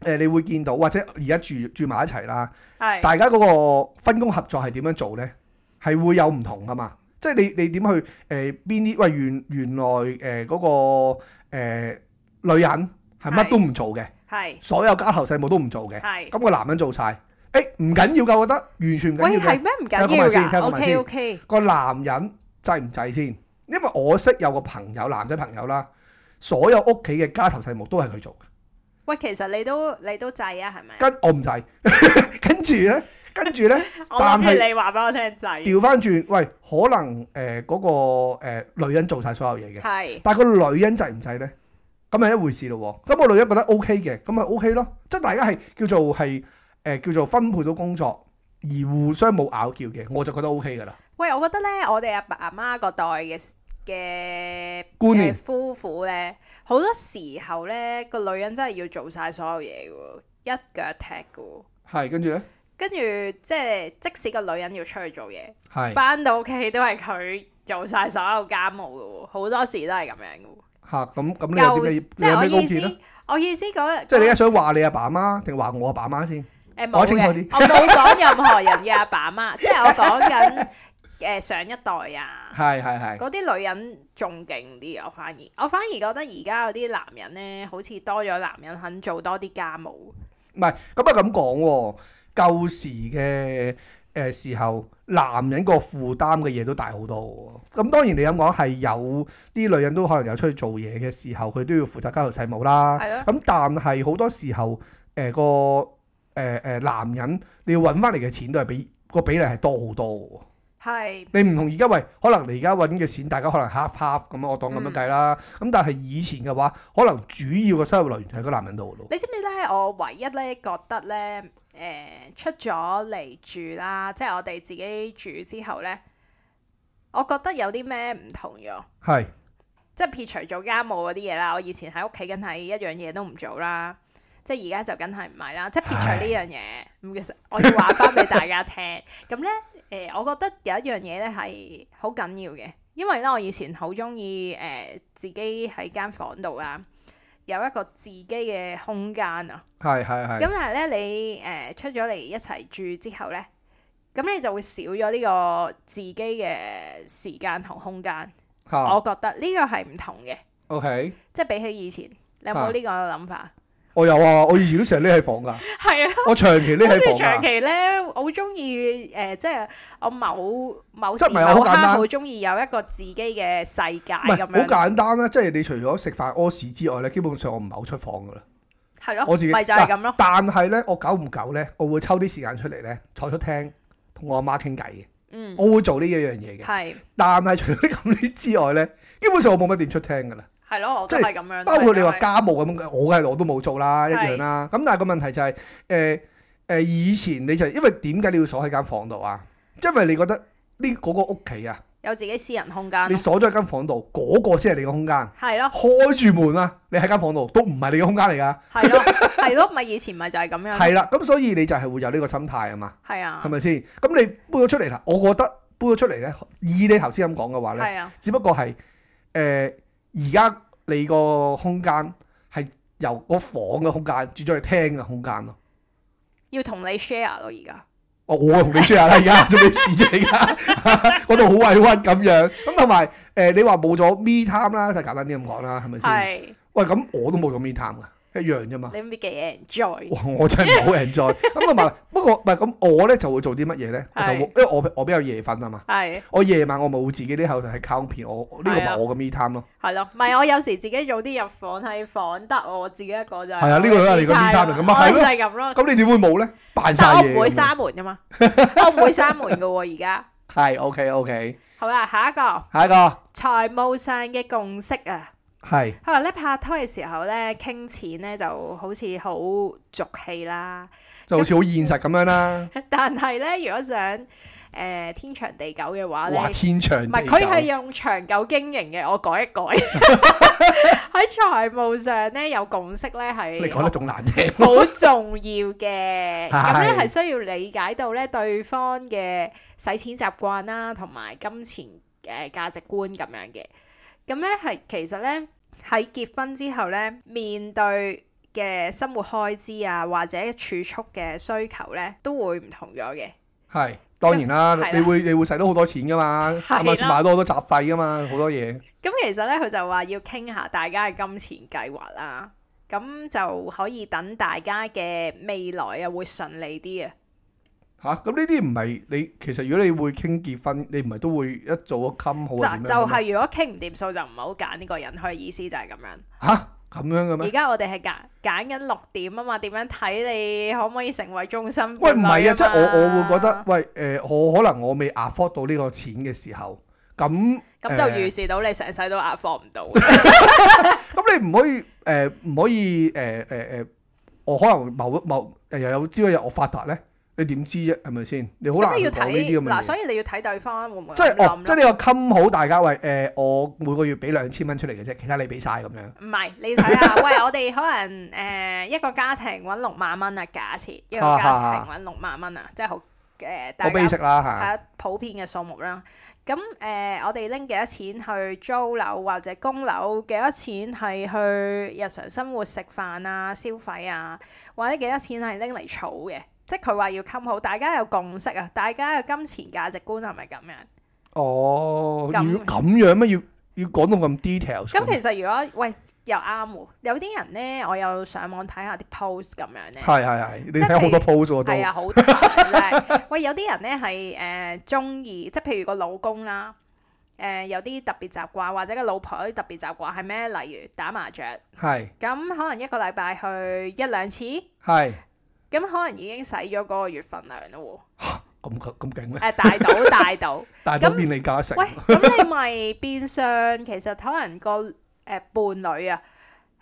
Speaker 1: 誒、你會見到或者而家住住埋一齊啦，
Speaker 2: 係
Speaker 1: 大家嗰個分工合作係點樣做咧？係會有唔同㗎嘛？即係你你點去誒邊啲？喂，原原來誒嗰、個、呃、女人係乜
Speaker 2: 係
Speaker 1: 都唔做嘅，
Speaker 2: 係
Speaker 1: 所有家頭細務都唔做嘅，
Speaker 2: 係。
Speaker 1: 咁個男人做晒。誒唔緊要㗎，我覺得完全唔緊
Speaker 2: 喂，
Speaker 1: 要嘅
Speaker 2: 係。咩唔緊
Speaker 1: 聽我講埋先聽
Speaker 2: 要㗎
Speaker 1: 我講埋
Speaker 2: ？OK
Speaker 1: 先
Speaker 2: OK，
Speaker 1: 個男人制唔制先？因為我識有個朋友，男仔朋友啦，所有屋企嘅家頭細務都係佢做嘅。
Speaker 2: 喂，其實你都你都制啊，係咪？
Speaker 1: 跟我唔制， 跟住咧，跟 住咧，
Speaker 2: 我諗
Speaker 1: 但
Speaker 2: 住
Speaker 1: 係
Speaker 2: 你話俾我聽制，
Speaker 1: 調翻轉，喂，可能誒嗰、個、呃、女人做晒所有嘢嘅，
Speaker 2: 係
Speaker 1: 但係個女人制唔制咧？咁係一回事咯喎。咁啊個女人覺得 O K 嘅，咁咪 O K 咯。即係大家係叫做係誒、呃叫做分配到工作，而互相冇拗撬嘅，我就覺得 O K 噶啦。
Speaker 2: 喂，我覺得咧，我哋阿爸阿媽嗰代嘅嘅
Speaker 1: 觀念
Speaker 2: 嘅夫婦咧，好多時候咧個女人真係要做晒所有嘢嘅喎，一腳踢嘅喎。
Speaker 1: 係，跟住咧，
Speaker 2: 跟住即係即使個女人要出去做嘢，
Speaker 1: 係
Speaker 2: 翻到屋企都係佢做晒所有家務嘅喎，好多時都係咁樣嘅喎。
Speaker 1: 嚇咁咁，你有啲
Speaker 2: 又
Speaker 1: 咩
Speaker 2: 即
Speaker 1: 你有
Speaker 2: 係我
Speaker 1: 咩高
Speaker 2: 意
Speaker 1: 見咧
Speaker 2: 思？，我意思講，
Speaker 1: 即係你而家想話你阿爸阿媽定話我阿爸阿媽先？
Speaker 2: 誒
Speaker 1: 講
Speaker 2: 冇
Speaker 1: 清楚
Speaker 2: 嘅
Speaker 1: 啲，
Speaker 2: 我冇講任何人嘅阿爸阿媽， 即係我講緊誒上一代啊，
Speaker 1: 係係係。
Speaker 2: 嗰啲女人仲勁啲，我反而我反而覺得而家嗰啲男人咧，好似多咗男人肯做多啲家務，
Speaker 1: 唔係咁啊咁講喎，舊時嘅誒、呃、時候，男人個負擔嘅嘢都大好多喎。咁當然你咁講係有啲女人都可能有出去做嘢嘅時候，佢都要負責家頭細務啦。
Speaker 2: 係
Speaker 1: 咁但係好多時候誒、呃、個誒誒、呃男人你要揾翻嚟嘅錢都係比個比例係多好多嘅喎。
Speaker 2: 係
Speaker 1: 你唔同而家喂，可能你而家揾嘅錢，大家可能 half half 咁樣，我當咁樣計啦。
Speaker 2: 嗯
Speaker 1: 咁、但係以前嘅話，可能主要嘅收入來源係個男人度咯。
Speaker 2: 你知唔知咧？我唯一咧覺得咧，誒、出咗嚟住啦，即係我哋自己住之後咧，我覺得有啲咩唔同咗，
Speaker 1: 係
Speaker 2: 即係撇除做家務嗰啲嘢啦。我以前喺屋企梗係一樣嘢都唔做啦，即係而家就梗係唔係啦。即係撇除呢樣嘢，咁其實我要話翻俾大家聽。咁咧誒，我覺得有一樣嘢咧係好緊要嘅，因為咧我以前好中意誒自己喺間房度啦，有一個自己嘅空間啊。
Speaker 1: 係係係。
Speaker 2: 咁但係咧，你誒、呃出咗嚟一齊住之後咧，咁你就會少咗呢個自己嘅時間同空間。
Speaker 1: 嚇
Speaker 2: 我覺得呢個係唔同嘅，
Speaker 1: ，OK，
Speaker 2: 即係比起以前，你有
Speaker 1: 啊
Speaker 2: 冇呢個諗法？
Speaker 1: 我有啊，我以前都成日匿喺房噶，
Speaker 2: 係啊，
Speaker 1: 我長期匿
Speaker 2: 跟
Speaker 1: 喺
Speaker 2: 住長
Speaker 1: 房噶，
Speaker 2: 期咧，我好中意誒，即係我某某時
Speaker 1: 即係唔係好
Speaker 2: 某刻
Speaker 1: 簡單
Speaker 2: 好中意有一個自己嘅世界
Speaker 1: 唔係好
Speaker 2: 咁樣，
Speaker 1: 簡單啦，即係你除咗食飯屙屎之外咧，基本上我唔係好出房噶啦，
Speaker 2: 係
Speaker 1: 我自己
Speaker 2: 咯，咪就係咁咯。
Speaker 1: 但係咧，我久唔久咧，我會抽啲時間出嚟咧，坐出廳同我阿媽傾偈嘅，
Speaker 2: 嗯，
Speaker 1: 我會做呢一樣嘢嘅。
Speaker 2: 係
Speaker 1: 但係除咗咁啲之外咧，基本上我冇乜點出廳噶啦。
Speaker 2: 係咯，我都
Speaker 1: 即係
Speaker 2: 係咁樣。
Speaker 1: 包括你話
Speaker 2: 係
Speaker 1: 家務咁，我梗係我都冇做啦，一樣啦。咁但係個問題就係誒誒，以前你就因為點解你要鎖喺間房度啊？因為你覺得呢嗰個屋企啊。
Speaker 2: 有自己私人空間
Speaker 1: 你
Speaker 2: 咯，
Speaker 1: 鎖咗喺間房度，嗰、個先係你嘅空間。
Speaker 2: 係咯。
Speaker 1: 開住門啊，你喺間房度都唔係你嘅空間嚟㗎。
Speaker 2: 係啊咯，係咯，咪以前咪就係咁樣咯，
Speaker 1: 係啦，咁所以你就係會有呢個心態啊嘛，
Speaker 2: 係啊
Speaker 1: 係，咪先？咁你搬咗出嚟啦，我覺得搬咗出嚟咧，以你頭先咁講嘅話咧，
Speaker 2: 係啊，
Speaker 1: 只不過係誒而家你個空間係由個房嘅空間轉咗去廳嘅空間咯。
Speaker 2: 要同你 share 咯，而家
Speaker 1: 我我同你 share 啦，而家 做咩事啫？而家嗰度好委屈咁樣。咁同埋誒，你話冇咗 me time 啦，就簡單啲咁講啦，係咪先？
Speaker 2: 係
Speaker 1: 喂，咁我都冇用 me time 噶，一樣啫嘛。
Speaker 2: 你唔知幾 enjoy，
Speaker 1: 哇！ 我真係唔好 enjoy。咁同埋，不過唔係咁，我咧就會做啲乜嘢咧？我就
Speaker 2: 係
Speaker 1: 會因為我我比較夜瞓啊嘛。
Speaker 2: 係
Speaker 1: 我夜晚我冇自己啲後台係靠片，我呢個
Speaker 2: 係
Speaker 1: 咪
Speaker 2: 啊
Speaker 1: 我嘅 me time 咯。
Speaker 2: 係咯，唔係我有時自己做啲入房喺房得我自己一個就
Speaker 1: 係啊呢個都係你個 me time 嚟㗎嘛係咯
Speaker 2: 就係咁咯，
Speaker 1: 咁你點會冇咧？扮晒
Speaker 2: 但我
Speaker 1: 嘢
Speaker 2: 唔會
Speaker 1: 咁啊樣。
Speaker 2: 閂門噶嘛，我唔會閂門噶喎，而家
Speaker 1: 係 OK OK。
Speaker 2: 好啦，下一個
Speaker 1: 下一個
Speaker 2: 財務上嘅共識啊。
Speaker 1: 係
Speaker 2: 佢話咧拍拖嘅時候咧傾錢咧就好似好俗氣 啦，
Speaker 1: 就好似好現實咁樣啦。
Speaker 2: 但係咧如果想誒、呃天長地久嘅話咧，
Speaker 1: 哇！天長
Speaker 2: 唔
Speaker 1: 地
Speaker 2: 係，
Speaker 1: 久。
Speaker 2: 佢係用長久經營嘅，我改一 改。喺財務上咧有共識咧
Speaker 1: 你講得
Speaker 2: 係
Speaker 1: 仲難聽。
Speaker 2: 好重要嘅，咁咧
Speaker 1: 係
Speaker 2: 係需要理解到咧對方嘅使錢習慣啦，同埋金錢誒、呃、價值觀咁樣嘅。咁咧係其實咧喺結婚之後咧面對嘅生活開支啊，或者儲蓄嘅需求咧都會唔同咗嘅。
Speaker 1: 係當然啦，
Speaker 2: 係啦
Speaker 1: 你會你會使到好多錢噶嘛，係咪
Speaker 2: 係啦
Speaker 1: 買到好多雜費噶嘛，好多嘢。
Speaker 2: 咁其實咧，佢就話要傾下大家嘅金錢計劃啦，咁就可以等大家嘅未來啊會順利啲啊。
Speaker 1: 嚇，咁呢啲唔係你其實如果你會傾結婚，你唔係都會一早就襟好
Speaker 2: 就
Speaker 1: 啊點樣
Speaker 2: 就
Speaker 1: 㗎咩
Speaker 2: 係如果傾唔掂數就唔好揀呢個人，佢嘅意思就係咁樣。
Speaker 1: 嚇咁啊樣嘅
Speaker 2: 而
Speaker 1: 咩？
Speaker 2: 家我哋係揀揀緊六點啊嘛，點樣睇你可唔可以成為終身
Speaker 1: 喂
Speaker 2: 伴侶
Speaker 1: 唔係啊，即係我
Speaker 2: 嘛
Speaker 1: 我會覺得喂誒、我可能我未 afford 到呢個錢嘅時候，咁
Speaker 2: 咁就
Speaker 1: 誒
Speaker 2: 預示到你成世都壓放唔到。
Speaker 1: 咁你唔可以誒唔、可以誒誒誒，我可能某某誒又有朝一日我發達咧，你點知啫？係咪先？你好難
Speaker 2: 咁你要
Speaker 1: 講呢啲
Speaker 2: 睇
Speaker 1: 咁
Speaker 2: 嗱，
Speaker 1: 嘅嘢。
Speaker 2: 所以你要睇對方會唔會
Speaker 1: 即係
Speaker 2: 咁
Speaker 1: 哦，
Speaker 2: 諗
Speaker 1: 即係
Speaker 2: 咯
Speaker 1: 你個襟好大家喂誒、呃我每個月俾兩千蚊出嚟嘅啫，其他你俾晒咁樣。
Speaker 2: 唔係，你睇下，喂，我哋可能誒、一個家庭揾六萬蚊啊，假設一個家庭揾六萬蚊啊，即係好誒，大
Speaker 1: 我俾你
Speaker 2: 家
Speaker 1: 食啦
Speaker 2: 係
Speaker 1: 嚇，
Speaker 2: 啊普遍嘅數目啦。咁誒、呃我哋拎幾多錢去租樓或者供樓？幾多錢係去日常生活食飯啊、消費啊，或者幾多錢係拎嚟儲嘅？即係佢話要襟好，大家有共識啊，大家嘅金錢價值觀係咪咁樣？
Speaker 1: 哦，要
Speaker 2: 咁
Speaker 1: 咁樣咩？要要講到咁 detail？
Speaker 2: 咁其實如果喂又啱喎，有啲人咧，我有上網睇下啲 post 咁樣咧，
Speaker 1: 係係係，你
Speaker 2: 即係
Speaker 1: 睇好多 post 喎都
Speaker 2: 係啊，好得閒真係。喂，有啲人咧係誒中意，即係譬如個老公啦，誒、有啲特別習慣，或者個老婆有啲特別習慣係咩？例如打麻雀，
Speaker 1: 係
Speaker 2: 咁可能一個禮拜去一兩次，咁
Speaker 1: 係
Speaker 2: 可能已經使咗嗰個月份糧咯
Speaker 1: 咁咁勁
Speaker 2: 喎。誒、
Speaker 1: 咩？
Speaker 2: 大 到大到。
Speaker 1: 但係都
Speaker 2: 啊咁
Speaker 1: 便利價一成
Speaker 2: 喂，咁你咪變相其實可能個誒、呃伴侶啊，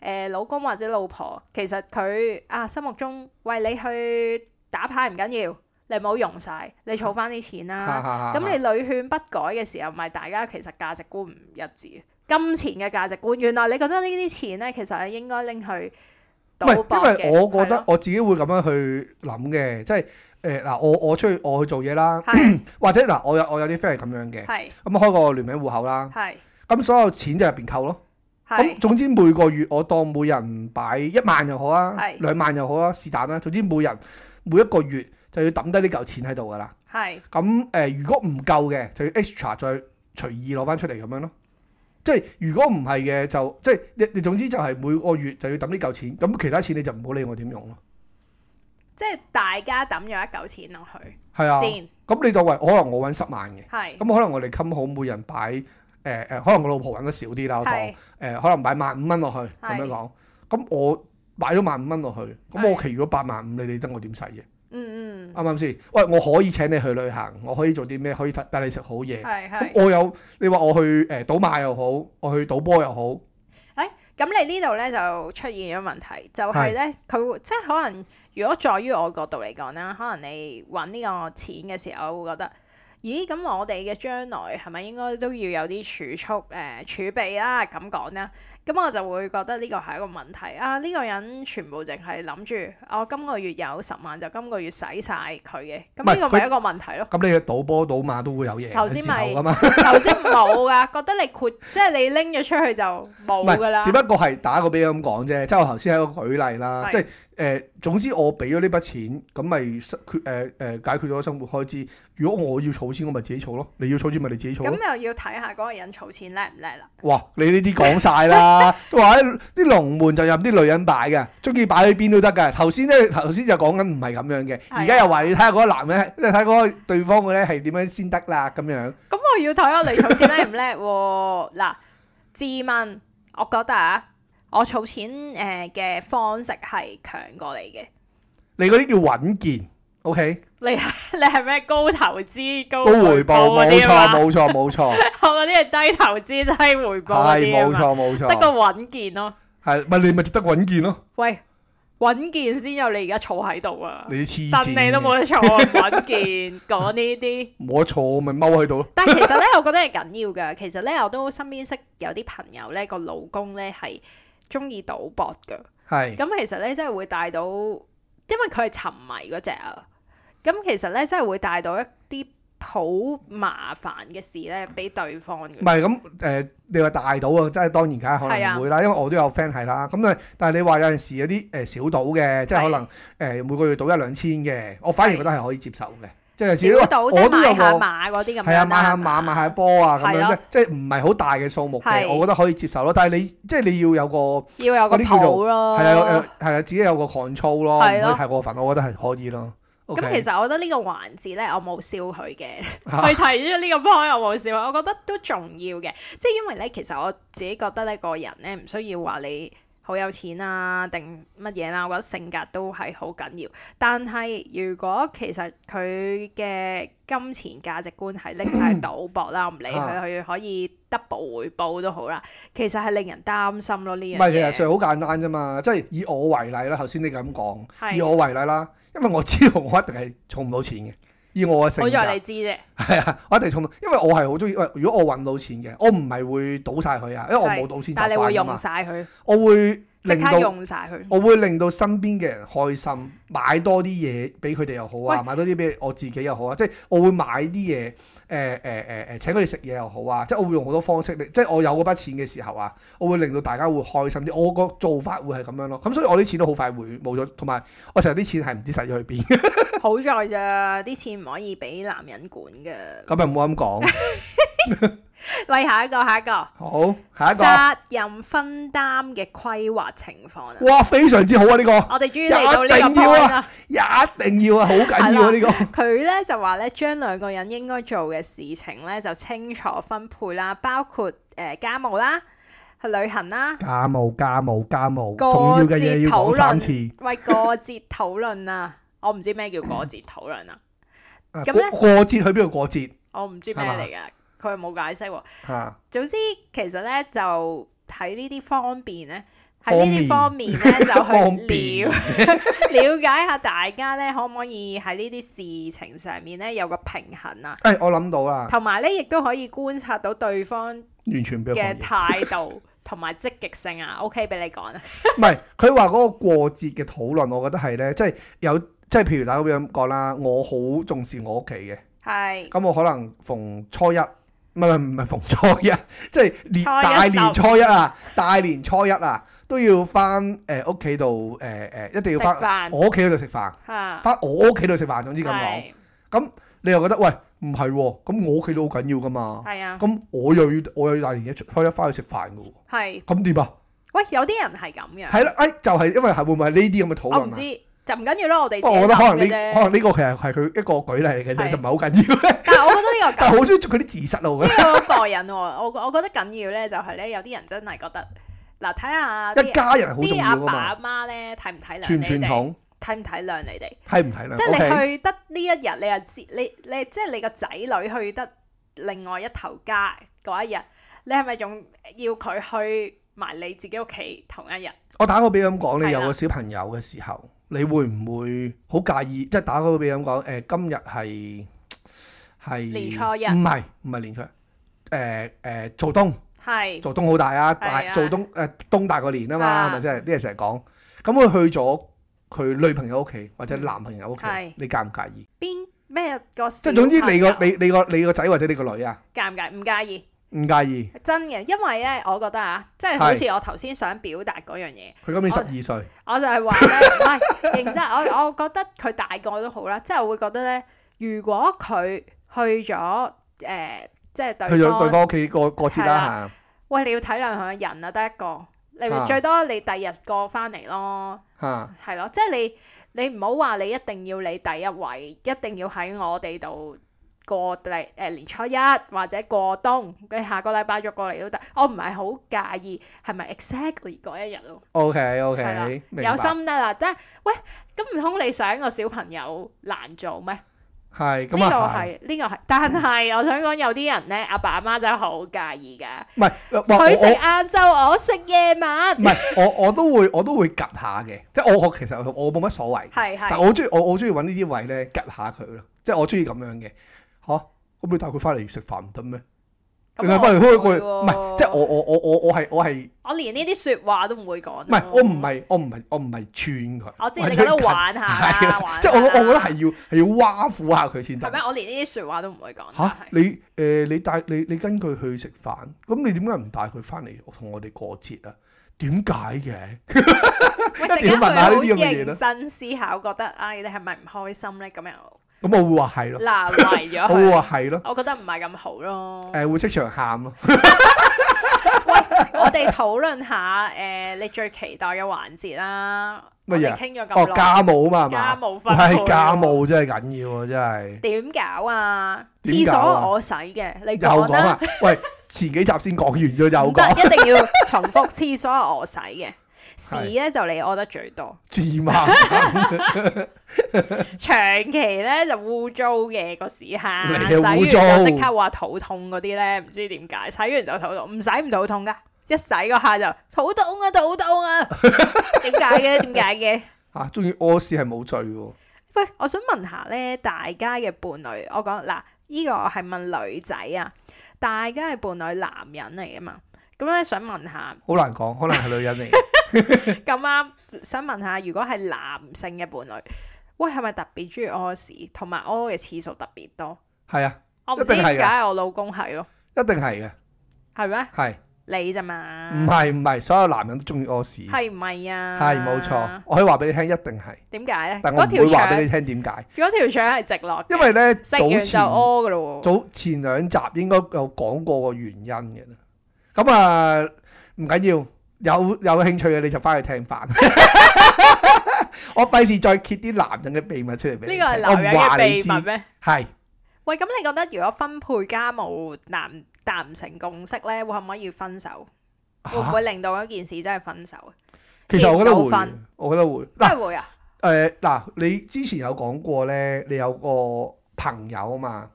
Speaker 2: 誒、老公或者老婆，其實佢啊心目中喂你去打牌唔緊要，你唔好用晒，你儲翻啲錢啦。咁
Speaker 1: 咁
Speaker 2: 你屢勸不改嘅時候，咪大家其實價值觀唔一致，金錢嘅價值觀。原來你覺得呢啲錢咧，其實係應該拎去
Speaker 1: 唔
Speaker 2: 賭博
Speaker 1: 係，
Speaker 2: 嘅。
Speaker 1: 因為我覺
Speaker 2: 係
Speaker 1: 得
Speaker 2: 咯
Speaker 1: 我自己會咁樣去諗嘅，即係誒嗱，我我出去我去做嘢啦，
Speaker 2: 係
Speaker 1: 或者嗱，我有我有啲 friend 係咁樣嘅，
Speaker 2: 係
Speaker 1: 咁開個聯名户口啦，
Speaker 2: 係
Speaker 1: 咁所有錢就入邊扣咯。咁
Speaker 2: 係
Speaker 1: 總之每個月我當每人擺一萬又好啊，
Speaker 2: 係
Speaker 1: 兩萬又好啊，是但啦。總之每人每一個月就要抌低呢嚿錢喺度噶啦。
Speaker 2: 係
Speaker 1: 咁誒、呃如果唔夠嘅就要 extra 再隨意攞翻出嚟咁樣咯。即係如果唔係嘅就即係你你總之就係每個月就要抌呢嚿錢，咁其他錢你就唔好理我點用咯。
Speaker 2: 即係大家抌咗一嚿錢落去
Speaker 1: 係啊，
Speaker 2: 先，
Speaker 1: 咁你就話可能我揾十萬嘅，
Speaker 2: 係
Speaker 1: 咁可能我哋襟好每人擺誒誒，可能我老婆揾得少啲啦，我當
Speaker 2: 係。
Speaker 1: 誒、可能買萬五蚊落去咁
Speaker 2: 係
Speaker 1: 樣講，咁我買咗萬五蚊落去，咁
Speaker 2: 係
Speaker 1: 我其餘嗰八萬五你理得我點使啫？
Speaker 2: 嗯
Speaker 1: 啱唔啱先？喂，我可以請你去旅行，我可以做啲咩？可以帶帶你食好嘢
Speaker 2: 嗯，。係
Speaker 1: 咁
Speaker 2: 係。
Speaker 1: 我有你話我去誒、賭馬又好，我去賭波又好，
Speaker 2: 咁你呢度咧就出現咗問題，就係咧佢會即係可能，如果在於我角度嚟講啦，可能你揾呢個錢嘅時候，我會覺得，咦咁我哋嘅將來係咪應該都要有啲儲蓄誒、呃、儲備啦？咁講啦，咁我就會覺得呢個係一個問題啊！呢、個人全部淨係諗住，啊我今個月有十萬就今個月使晒佢嘅，
Speaker 1: 唔
Speaker 2: 咁呢個
Speaker 1: 係佢
Speaker 2: 咪一個問題咯。
Speaker 1: 咁你去賭波賭馬都會有嘢
Speaker 2: 頭
Speaker 1: 嘅
Speaker 2: 先
Speaker 1: 時
Speaker 2: 咪
Speaker 1: 候噶嘛？
Speaker 2: 頭先冇噶，覺得你豁，即係你拎咗出去就
Speaker 1: 唔
Speaker 2: 冇噶啦
Speaker 1: 係，只。不過係打個比咁講啫。即係我頭先係一個舉例啦，
Speaker 2: 係
Speaker 1: 即係誒、呃總之我俾咗呢筆錢，咁咪決誒誒呃解決咗生活開支。如果我要儲錢，我咪自己儲咯。你要儲錢咪你自己儲咯。
Speaker 2: 咁又要睇下嗰個人儲錢叻唔叻啦。
Speaker 1: 哇！你呢啲講晒 啦，都話啲啲龍門就任啲女人擺嘅，中意擺喺邊都得嘅。頭先咧，頭先就講緊唔係咁樣嘅，而家又話你睇下嗰個男人，即係睇嗰個對方嘅咧係點樣先得啦咁樣。
Speaker 2: 咁我要睇下你儲錢叻唔叻喎。嗱，自問我覺得啊，我儲錢誒嘅方式係強過你嘅。
Speaker 1: 你嗰啲叫穩健，OK，
Speaker 2: 你你係 咩高投資高
Speaker 1: 高回報，
Speaker 2: 報嗰
Speaker 1: 冇
Speaker 2: 啲
Speaker 1: 錯
Speaker 2: 啊嘛？
Speaker 1: 冇錯冇錯，
Speaker 2: 我嗰啲係低投資低回報嗰
Speaker 1: 係
Speaker 2: 啲啊
Speaker 1: 冇
Speaker 2: 嘛，
Speaker 1: 錯冇
Speaker 2: 得個
Speaker 1: 錯，
Speaker 2: 穩健咯。
Speaker 1: 係咪你咪得穩健咯？
Speaker 2: 喂，穩健先有你而家儲喺度啊！
Speaker 1: 你黐
Speaker 2: 但
Speaker 1: 線
Speaker 2: 你都冇
Speaker 1: 嘅，
Speaker 2: 得儲啊，穩健講呢啲。
Speaker 1: 冇得錯，我咪踎喺度咯。
Speaker 2: 但係其實咧，我覺得係緊要嘅。其實咧，我都身邊識有啲朋友咧，個老公咧係中意賭博嘅。
Speaker 1: 係
Speaker 2: 咁其實咧，真係會帶到，因為佢係沉迷嗰只啊。咁其實咧，真係會帶到一啲好麻煩嘅事咧，俾對方
Speaker 1: 唔
Speaker 2: 嘅。
Speaker 1: 係咁誒？你話大賭啊，真係當然梗係可
Speaker 2: 係啊
Speaker 1: 能唔會啦，因為我都有 friend 係啦。咁啊，但係你話有陣時有啲誒小賭嘅，即係
Speaker 2: 係
Speaker 1: 可能誒、每個月賭一兩千嘅，我反而覺得係可以接受嘅。即係有時
Speaker 2: 小賭即
Speaker 1: 我
Speaker 2: 係
Speaker 1: 都有
Speaker 2: 買下
Speaker 1: 個
Speaker 2: 馬嗰啲咁樣
Speaker 1: 係啊，
Speaker 2: 啦
Speaker 1: 買下
Speaker 2: 係
Speaker 1: 馬
Speaker 2: 嘛
Speaker 1: 買下波啊咁
Speaker 2: 係
Speaker 1: 樣
Speaker 2: 咯
Speaker 1: 啫，即係唔係好大嘅數目嘅，
Speaker 2: 係哦
Speaker 1: 我覺得可以接受咯。但係你即係你要有個
Speaker 2: 要有個
Speaker 1: 嗰啲叫做啊
Speaker 2: 譜咯。
Speaker 1: 係啊有係啊，自己有個 control 咯，唔可
Speaker 2: 係
Speaker 1: 以
Speaker 2: 咯
Speaker 1: 太過分，我覺得係可以咯。
Speaker 2: 咁
Speaker 1: OK
Speaker 2: 其實我覺得呢個環節咧，我冇笑佢嘅，
Speaker 1: 啊
Speaker 2: 佢提出呢個 point 我冇笑，我覺得都重要嘅。即係因為咧，其實我自己覺得呢個人咧唔需要話你好有錢啊定乜嘢啦，我覺得性格都係好緊要。但係如果其實佢嘅金錢價值觀係拎晒賭博啦，我唔理佢，
Speaker 1: 啊
Speaker 2: 佢可以 double 回報都好啦，其實係令人擔心咯呢
Speaker 1: 唔
Speaker 2: 樣
Speaker 1: 係，其實
Speaker 2: 嘢。
Speaker 1: 上好簡單啫嘛，即係以我為例啦。頭先你咁講，
Speaker 2: 係
Speaker 1: 以我為例啦，因為我知道我一定係儲唔到錢嘅。以我嘅性
Speaker 2: 好
Speaker 1: 格，
Speaker 2: 在你知啫，
Speaker 1: 係啊，我一定儲唔到，因為我係好中意。喂，如果我揾到錢嘅，我唔係會賭晒佢啊，因為我冇賭錢習
Speaker 2: 但係你會
Speaker 1: 慣啊
Speaker 2: 用
Speaker 1: 嘛。
Speaker 2: 晒佢，
Speaker 1: 我會
Speaker 2: 即
Speaker 1: 令
Speaker 2: 刻
Speaker 1: 到
Speaker 2: 用晒佢。
Speaker 1: 我會令到身邊嘅人開心，買多啲嘢俾佢哋又好啊，
Speaker 2: 喂
Speaker 1: 買多啲俾我自己又好啊，即係我會買啲嘢，誒誒誒誒請佢哋食嘢又好啊，即係我會用好多方式，即係我有嗰筆錢嘅時候啊，我會令到大家會開心啲，我個做法會係咁樣咯，咁所以我啲錢都好快會冇咗，同埋我成日啲錢係唔知使咗去邊，
Speaker 2: 好在咋，啲錢唔可以俾男人管嘅。
Speaker 1: 咁又唔好咁講。
Speaker 2: 喂，下一個，下一個，
Speaker 1: 好，下一個，
Speaker 2: 責任分擔嘅規劃情況啊！
Speaker 1: 哇，非常之好啊呢個，
Speaker 2: 我哋終於嚟到呢
Speaker 1: 一
Speaker 2: 個
Speaker 1: 定要啊
Speaker 2: point 啦。
Speaker 1: 一定要啊，好緊要啊呢個，
Speaker 2: 佢咧就話咧，將兩個人應該做嘅事情咧就清楚分配啦，包括誒、呃家務啦、去旅行啦。
Speaker 1: 家務家務家務，
Speaker 2: 過
Speaker 1: 重要嘅嘢
Speaker 2: 節
Speaker 1: 要講
Speaker 2: 討
Speaker 1: 三
Speaker 2: 論
Speaker 1: 次。
Speaker 2: 喂，過節討論啊！我唔知咩叫過節討論啊，
Speaker 1: 啊
Speaker 2: 咁
Speaker 1: 過
Speaker 2: 咧
Speaker 1: 過節去邊度過節
Speaker 2: 我唔知咩嚟㗎，佢冇解釋喎、
Speaker 1: 嚇？啊
Speaker 2: 總之，其實咧就喺呢啲方面咧，
Speaker 1: 方
Speaker 2: 喺
Speaker 1: 面
Speaker 2: 呢啲方面咧就
Speaker 1: 方
Speaker 2: 去
Speaker 1: 便
Speaker 2: 了 了解下大家咧，可唔可以喺呢啲事情上面咧有個平衡啊？
Speaker 1: 誒、我諗到啦，
Speaker 2: 同埋咧，亦都可以觀察到對方
Speaker 1: 完全俾佢
Speaker 2: 嘅
Speaker 1: 講嘢
Speaker 2: 態度同埋積極性啊。OK，俾你講啦，
Speaker 1: 唔係佢話嗰個過節嘅討論，我覺得係咧，即係有即係譬如大家咁樣講啦，我好重視我屋企嘅，
Speaker 2: 係
Speaker 1: 咁我可能逢初一。唔係唔係逢初一， 即係年
Speaker 2: 初一
Speaker 1: 大年
Speaker 2: 十
Speaker 1: 初一啊，大年初一啊，都要翻誒屋企度誒誒，一定
Speaker 2: 食
Speaker 1: 要翻
Speaker 2: 飯
Speaker 1: 我屋企度食飯，
Speaker 2: 嚇，
Speaker 1: 翻我屋企度食飯，總之咁講，
Speaker 2: 係
Speaker 1: 你又覺得喂唔係喎，咁我屋企都好緊要噶嘛，
Speaker 2: 係啊，
Speaker 1: 咁我又要我又要大年初初一翻去食飯噶喎，
Speaker 2: 係。
Speaker 1: 咁點啊？
Speaker 2: 喂，有啲人係咁樣，
Speaker 1: 係啦，誒就係因為係會唔會係呢啲咁嘅討
Speaker 2: 啊我唔
Speaker 1: 論啊？
Speaker 2: 知就唔緊要啦，我哋
Speaker 1: 不過我覺得可能
Speaker 2: 自
Speaker 1: 呢
Speaker 2: 己諗嘅
Speaker 1: 可
Speaker 2: 啫。
Speaker 1: 能呢個其實係佢一個舉例嚟嘅
Speaker 2: 係
Speaker 1: 啫，就唔係好緊要。
Speaker 2: 但係我覺 得呢個咁
Speaker 1: 但係好中意捉佢啲字實路嘅，
Speaker 2: 呢個個人喎，我我覺得緊要咧，就係咧有啲人真係覺得嗱，睇下
Speaker 1: 一
Speaker 2: 啲
Speaker 1: 家人好重
Speaker 2: 啲
Speaker 1: 要
Speaker 2: 阿
Speaker 1: 啊
Speaker 2: 爸
Speaker 1: 嘛
Speaker 2: 阿。媽咧睇唔體諒
Speaker 1: 傳唔
Speaker 2: 你
Speaker 1: 傳
Speaker 2: 哋，
Speaker 1: 統
Speaker 2: 體唔體諒你哋，
Speaker 1: 係唔係啦？
Speaker 2: 即係
Speaker 1: 嗯 OK，
Speaker 2: 你去得呢一日，你又知你你即係你個仔女去得另外一頭家嗰一日，你係咪仲要佢去埋你自己屋企同一日？
Speaker 1: 我打個比咁講，你有
Speaker 2: 係啦
Speaker 1: 個小朋友嘅時候，你會唔會好介意？即係打個比咁講，誒今日係係
Speaker 2: 年初一
Speaker 1: 唔係唔係年初一。誒誒，做冬
Speaker 2: 係
Speaker 1: 做冬好大啊！
Speaker 2: 係
Speaker 1: 大
Speaker 2: 啊
Speaker 1: 做冬誒冬大過年啊嘛，
Speaker 2: 啊
Speaker 1: 係咪真係啲人成日講。咁佢去咗佢女朋友屋企或者
Speaker 2: 嗯
Speaker 1: 男朋友屋企
Speaker 2: 係，
Speaker 1: 你介唔介意？
Speaker 2: 邊咩個
Speaker 1: 即
Speaker 2: 小
Speaker 1: 係
Speaker 2: 朋
Speaker 1: 總
Speaker 2: 友？
Speaker 1: 之你個你你個你個仔或者你個女啊，
Speaker 2: 介唔介唔介意？
Speaker 1: 唔介意。
Speaker 2: 真嘅，因為咧，我覺得啊，即係好似我頭先想表達嗰樣嘢。
Speaker 1: 佢今年
Speaker 2: 我
Speaker 1: 十二歲，
Speaker 2: 我就係話 咧，唔係認真，我我覺得佢大個都好啦，即係我會覺得咧，如果佢去咗誒、呃即係
Speaker 1: 去
Speaker 2: 對
Speaker 1: 咗
Speaker 2: 方，
Speaker 1: 對方屋企過過節
Speaker 2: 係
Speaker 1: 啦
Speaker 2: 啦喂，你要體諒佢人啊，得一個，你
Speaker 1: 啊
Speaker 2: 最多你第日過翻嚟咯，
Speaker 1: 嚇嚇，
Speaker 2: 係咯，即係你你唔好話你一定要你第一位，一定要喺我哋度。過第誒、呃年初一或者過冬，你下個禮拜再過嚟都得。我唔係好介意係咪 exactly 嗰一日咯。
Speaker 1: OK
Speaker 2: 係啦
Speaker 1: OK，明白
Speaker 2: 有心得啦，但係喂，咁唔通你想個小朋友難做咩？呢
Speaker 1: 係
Speaker 2: 個
Speaker 1: 咁啊係，
Speaker 2: 係呢個係，但係我想講有啲人咧，阿爸阿媽真係好介意噶，
Speaker 1: 唔係哇
Speaker 2: 佢食
Speaker 1: 我
Speaker 2: 晏晝，我食夜晚
Speaker 1: 我唔，係我我都會我都會趌下嘅，即係我我其實我冇乜所謂，
Speaker 2: 係
Speaker 1: 但
Speaker 2: 係
Speaker 1: 我好中意我我好中意揾呢啲位咧趌下佢咯，即係我中意咁樣嘅嚇。咁你帶佢翻嚟食飯唔得咩？你帶翻嚟開過嚟，唔係即係我我我我我係我係
Speaker 2: 我連呢啲説話都唔會講，啊
Speaker 1: 唔係我唔，係我唔係我唔係串佢，
Speaker 2: 嗯我知你
Speaker 1: 係
Speaker 2: 覺得
Speaker 1: 佢
Speaker 2: 玩下
Speaker 1: 係
Speaker 2: 啦，
Speaker 1: 啦
Speaker 2: 玩
Speaker 1: 即係我
Speaker 2: 下啦
Speaker 1: 我覺得係要係要挖苦下佢先
Speaker 2: 係
Speaker 1: 得
Speaker 2: 咩？。我連呢啲説話都唔會講，
Speaker 1: 吓
Speaker 2: 但係
Speaker 1: 你誒、你帶你你跟佢去食飯，咁你點解唔帶佢翻嚟同我哋過節啊？點解嘅？
Speaker 2: 喂，
Speaker 1: 一
Speaker 2: 陣
Speaker 1: 定要
Speaker 2: 間
Speaker 1: 問下呢啲咁嘅
Speaker 2: 佢
Speaker 1: 嘢
Speaker 2: 好
Speaker 1: 啦
Speaker 2: 認真思考，覺得唉，你係咪唔開心咧？咁又
Speaker 1: 咁我啊會話係咯，
Speaker 2: 難為咗
Speaker 1: 我會
Speaker 2: 佢，
Speaker 1: 話係咯，
Speaker 2: 我覺得唔係咁好咯
Speaker 1: 誒、。會即場喊咯。
Speaker 2: 我哋討論下诶，你最期待嘅環節啦。
Speaker 1: 乜嘢啊
Speaker 2: 我哋傾咗
Speaker 1: 哦
Speaker 2: 咁耐，
Speaker 1: 家務啊嘛係
Speaker 2: 家
Speaker 1: 嘛，
Speaker 2: 務分配
Speaker 1: 係家務真係緊要啊真係。
Speaker 2: 點搞啊？
Speaker 1: 點
Speaker 2: 廁
Speaker 1: 搞啊
Speaker 2: 所我洗嘅，你
Speaker 1: 又
Speaker 2: 講
Speaker 1: 講
Speaker 2: 啦
Speaker 1: 啊。，喂，前幾集先講完咗又
Speaker 2: 唔得，
Speaker 1: 講啊
Speaker 2: 一 定要重複。廁所係我洗嘅，屎咧就你屙得最多，
Speaker 1: 自 啊盲，
Speaker 2: 長期咧就污糟嘅個屎坑，
Speaker 1: 你
Speaker 2: 洗
Speaker 1: 係
Speaker 2: 完
Speaker 1: 污糟
Speaker 2: 就即刻話肚痛嗰啲咧，唔知點解，洗完就肚痛，唔洗唔肚痛噶，一洗嗰下就肚痛啊肚 痛啊，點解嘅？點解嘅？
Speaker 1: 啊，中意屙屎係冇罪喎，
Speaker 2: 喂，我想問下咧，大家嘅伴侶，我講嗱，呢、個係問女仔啊，大家嘅伴侶男人嚟噶嘛？咁咧想問下。
Speaker 1: 好難講，可能係女人嚟嘅。
Speaker 2: 咁啱，想問下，如果係男性嘅伴侶，喂，係咪特別中意屙屎，同埋屙嘅次數特別多？
Speaker 1: 係啊，
Speaker 2: 我
Speaker 1: 一
Speaker 2: 唔知
Speaker 1: 定
Speaker 2: 點
Speaker 1: 係㗎
Speaker 2: 解我老公係咯，
Speaker 1: 一定係嘅，
Speaker 2: 係咩？
Speaker 1: 係
Speaker 2: 你咋
Speaker 1: 唔
Speaker 2: 嘛？
Speaker 1: 係唔係，所有男人都中意屙屎，係
Speaker 2: 啊係唔係啊？
Speaker 1: 冇錯，。我可以話俾你聽，一定係，
Speaker 2: 點解咧？
Speaker 1: 但我
Speaker 2: 嗰
Speaker 1: 唔
Speaker 2: 條
Speaker 1: 會話俾
Speaker 2: 腸，
Speaker 1: 你聽點解，
Speaker 2: 嗰條腸係直落嘅，
Speaker 1: 因為咧
Speaker 2: 食
Speaker 1: 早
Speaker 2: 完
Speaker 1: 前
Speaker 2: 就屙噶咯喎。
Speaker 1: 早前兩集應該有講過個原因嘅啦。咁啊，唔緊要，有有興趣嘅你就翻去聽翻。 我費事再揭啲男人嘅秘密出嚟俾你
Speaker 2: 呢個
Speaker 1: 聽。
Speaker 2: 係男人
Speaker 1: 我唔
Speaker 2: 嘅
Speaker 1: 話你
Speaker 2: 秘
Speaker 1: 知
Speaker 2: 密咩？
Speaker 1: 係
Speaker 2: 喂，咁你覺得如果分配家務男達唔成共識咧，會可唔可以分手？會唔
Speaker 1: 嚇
Speaker 2: 會令到一件事真係分手？
Speaker 1: 啊其實我覺得
Speaker 2: 結唔到
Speaker 1: 會
Speaker 2: 婚，
Speaker 1: 我覺得會。
Speaker 2: 真
Speaker 1: 嗱
Speaker 2: 係會啊！
Speaker 1: 誒嗱，你之前有講過咧，你有個朋友啊嘛，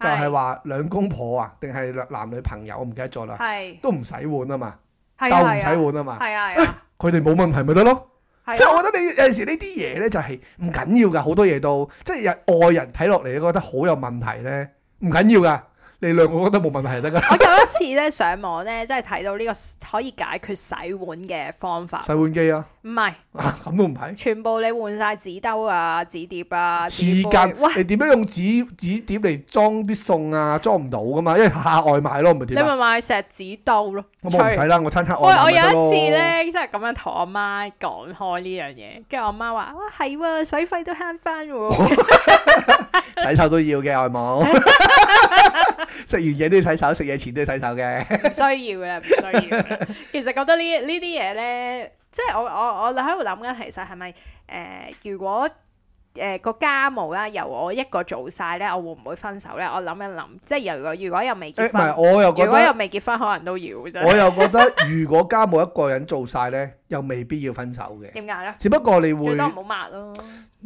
Speaker 1: 就係話兩公婆啊，定係男女朋友，我唔記得咗啦，
Speaker 2: 係
Speaker 1: 都唔洗碗啊嘛，
Speaker 2: 係
Speaker 1: 都
Speaker 2: 啊
Speaker 1: 唔
Speaker 2: 係啊
Speaker 1: 洗碗啊嘛，
Speaker 2: 係啊係啊
Speaker 1: 佢哋冇問題咪得咯。
Speaker 2: 係啊，
Speaker 1: 即係我覺得你有陣時呢啲嘢咧就係唔緊要㗎，好多嘢都即係有外人睇落嚟覺得好有問題咧，唔緊要㗎。你兩個覺得冇問題就得 㗎啦。
Speaker 2: 我有一次咧上網咧，真係睇到呢個可以解決洗碗嘅方法，
Speaker 1: 洗碗機啊，
Speaker 2: 唔係
Speaker 1: 啊咁都唔係。
Speaker 2: 全部你換晒紙兜啊、紙碟啊、紙
Speaker 1: 匙
Speaker 2: 杯。
Speaker 1: 羹，
Speaker 2: 喂，
Speaker 1: 你點樣用紙紙碟嚟裝啲餸啊？裝唔到㗎嘛，因為下下外賣咯，唔係
Speaker 2: 你
Speaker 1: 點啊？
Speaker 2: 咪買石紙兜咯。
Speaker 1: 咁我唔使
Speaker 2: 吹
Speaker 1: 啦，我餐餐
Speaker 2: 喂，
Speaker 1: 外賣
Speaker 2: 我
Speaker 1: 咪得咯
Speaker 2: 有一次，咧，真係咁樣同我媽講開呢樣嘢，跟住我媽話：哇，係喎，水費都慳翻喎。
Speaker 1: 洗手都要嘅外 母。 食完嘢都要洗手，食嘢前都要洗手 嘅。
Speaker 2: 唔需要嘅，唔需要嘅。其實覺得呢呢啲嘢咧，即係我我我喺度諗緊，其實係咪誒？如果誒個、家務啦，由我一個做晒咧，我會唔會分手咧？我諗一諗，即係如果如果又未
Speaker 1: 誒
Speaker 2: 結
Speaker 1: 唔係，
Speaker 2: 婚，
Speaker 1: 我又覺
Speaker 2: 如果
Speaker 1: 得
Speaker 2: 又。未結婚，可能都要嘅
Speaker 1: 我
Speaker 2: 啫。
Speaker 1: 又覺 得，如果家務一個人做晒呢，又未必要分手嘅。
Speaker 2: 點解咧？
Speaker 1: 只不過你
Speaker 2: 最
Speaker 1: 會，
Speaker 2: 多唔好抹咯。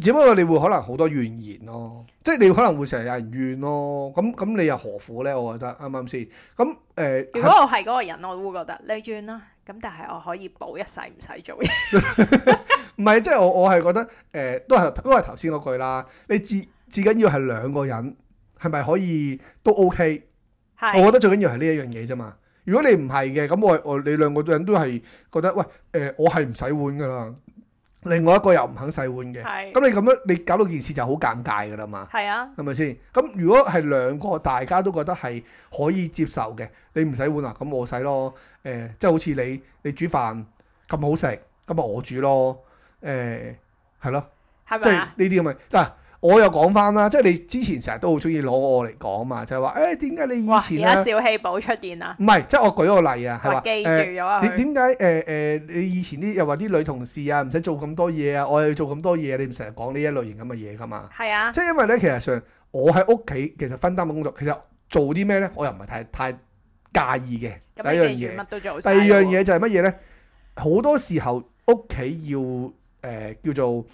Speaker 1: 只不過你會可能好多怨言咯，即係你可能會成日有人怨咯。咁咁你又何苦呢？我覺得啱唔啱先？咁誒，
Speaker 2: 如果我係嗰個人，我會覺得你怨啦。咁但係我可以保一世唔使做嘢。
Speaker 1: 唔係即係我我係覺得誒、都係都係頭先嗰句啦。你至至緊要係兩個人係咪可以都 OK？我
Speaker 2: 係
Speaker 1: 覺得最緊要係呢一樣嘢啫嘛。如果你唔係嘅，咁我我你兩個人都係覺得喂誒、呃我係唔洗碗噶啦，另外一個又唔肯洗碗嘅，
Speaker 2: 係
Speaker 1: 咁你咁樣你搞到件事就好尷尬噶啦嘛，
Speaker 2: 係啊，
Speaker 1: 係咪先？咁如果係兩個大家都覺得係可以接受嘅，你唔洗碗啊，咁我洗咯。誒、即係好似你你煮飯咁好食，咁咪我煮咯。誒、係咯。
Speaker 2: 係
Speaker 1: 即係
Speaker 2: 咪
Speaker 1: 呢
Speaker 2: 啊？
Speaker 1: 啲咁嘅嗱。我又講翻啦，即係你之前成日都好中意攞我嚟講嘛，就係話誒點解你
Speaker 2: 哇！
Speaker 1: 以
Speaker 2: 而
Speaker 1: 前
Speaker 2: 家
Speaker 1: 啊，
Speaker 2: 小氣寶出現啦，
Speaker 1: 唔係即係我舉個例啊，係
Speaker 2: 我
Speaker 1: 話
Speaker 2: 記住
Speaker 1: 誒
Speaker 2: 咗啊！
Speaker 1: 你
Speaker 2: 佢
Speaker 1: 點解誒誒你以前啲又話啲女同事啊唔使做咁多嘢啊，我又要做咁多嘢，你唔成日講呢一類型咁嘅嘢噶嘛？
Speaker 2: 係啊，
Speaker 1: 即係因為咧，其實上我喺屋企其實分擔嘅工作，其實做啲咩咧，我又唔係太太介意嘅。第
Speaker 2: 咁
Speaker 1: 一樣
Speaker 2: 你記
Speaker 1: 嘢
Speaker 2: 住乜。都做
Speaker 1: 第
Speaker 2: 晒
Speaker 1: 二
Speaker 2: 喎。
Speaker 1: 樣嘢就係乜嘢咧？好多時候屋企要誒、呃叫做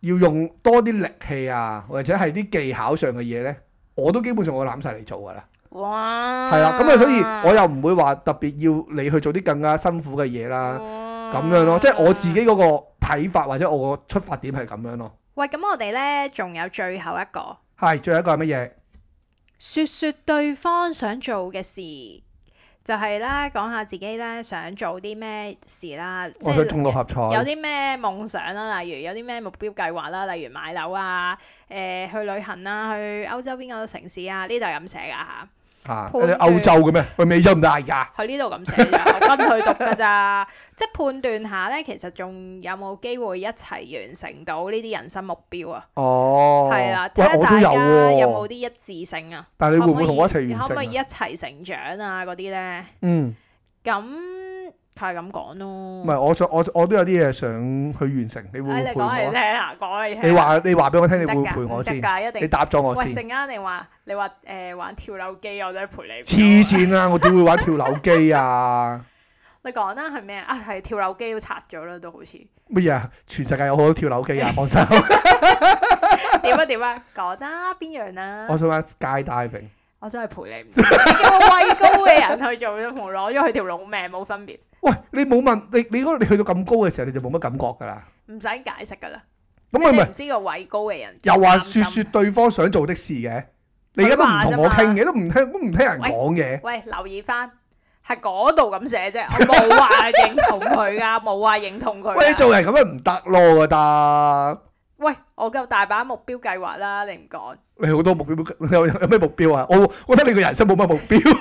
Speaker 1: 要用多啲力氣啊，或者係啲技巧上嘅嘢咧，我都基本上我攬晒嚟做㗎啦。
Speaker 2: 哇！
Speaker 1: 係啦、咁啊，所以我又唔會話特別要你去做啲更加辛苦嘅嘢啦，
Speaker 2: 哇
Speaker 1: 咁樣咯。即係我自己。嗰個睇法或者我個出發點係咁樣咯。
Speaker 2: 喂，咁我哋咧仲有最後一個，
Speaker 1: 係，最後一個係乜嘢？
Speaker 2: 說說對方想做嘅事，就係啦，講下自己咧想做啲咩事啦，即
Speaker 1: 我想
Speaker 2: 係
Speaker 1: 中六合
Speaker 2: 有
Speaker 1: 彩。
Speaker 2: 啲咩夢想啦，例如有啲咩目標計劃啦，例如買樓啊，誒、去旅行啊，去歐洲邊個城市啊，呢度係咁寫㗎嚇，
Speaker 1: 嚇！
Speaker 2: 判
Speaker 1: 你
Speaker 2: 斷
Speaker 1: 歐洲嘅咩？去美洲唔得啊㗎。
Speaker 2: 佢呢度咁寫㗎，我跟佢讀㗎咋， 即係判斷下咧，其實仲有冇機會一齊完成到呢啲人生目標啊？
Speaker 1: 哦。
Speaker 2: 係啦，睇
Speaker 1: 喂，
Speaker 2: 下
Speaker 1: 我
Speaker 2: 大
Speaker 1: 都
Speaker 2: 家
Speaker 1: 有喎。
Speaker 2: 有冇啲一致性啊？
Speaker 1: 但係你會唔會同我一齊
Speaker 2: 可唔可以
Speaker 1: 完
Speaker 2: 可唔可
Speaker 1: 成
Speaker 2: 以
Speaker 1: 啊？
Speaker 2: 一齊成長啊？嗰啲咧，
Speaker 1: 嗯。
Speaker 2: 咁係咁講咯。
Speaker 1: 唔係，我想我我都有啲嘢想去完成，你會唔會
Speaker 2: 哎嗯你
Speaker 1: 陪
Speaker 2: 講嚟聽
Speaker 1: 我？
Speaker 2: 啦，講嚟聽啦。
Speaker 1: 你話你話俾我聽，你會唔
Speaker 2: 唔
Speaker 1: 會
Speaker 2: 得㗎
Speaker 1: 陪我
Speaker 2: 唔
Speaker 1: 先
Speaker 2: 得？㗎一定
Speaker 1: 你答咗我
Speaker 2: 喂，
Speaker 1: 先。
Speaker 2: 陣間你話你話誒、呃玩跳樓機，我都係陪你。
Speaker 1: 黐！線啊！我點會玩跳樓機啊？
Speaker 2: 你講啦，係咩啊？啊，係跳樓機都拆咗啦，都好似。
Speaker 1: 乜嘢啊？全世界有好多跳樓機啊！放 心，
Speaker 2: 點啊點啊，講啦，邊樣啊啦？
Speaker 1: 我想玩 skydiving。
Speaker 2: 我真係陪你唔到，你叫個畏高嘅人去做，同攞咗佢條老命冇分別，
Speaker 1: 喂，你冇問你你嗰你去到咁高嘅時候，你就冇乜感覺㗎啦。
Speaker 2: 唔使解釋噶啦。
Speaker 1: 咁
Speaker 2: 即係
Speaker 1: 咪
Speaker 2: 你
Speaker 1: 咪
Speaker 2: 唔知個畏高嘅人
Speaker 1: 又話
Speaker 2: 話
Speaker 1: 説説對方想做的事嘅，你而家都唔同我傾嘅，都唔聽都唔聽人講嘅。
Speaker 2: 喂，留意翻係嗰度咁寫啫，我冇話認同 佢噶，冇話認同佢㗎。
Speaker 1: 喂，你做人咁樣唔得咯，我覺得。
Speaker 2: 喂，我夠大把目標計劃啦，你唔講
Speaker 1: 你好多目標，有有有咩目標啊？我我覺得你個人生冇乜目標，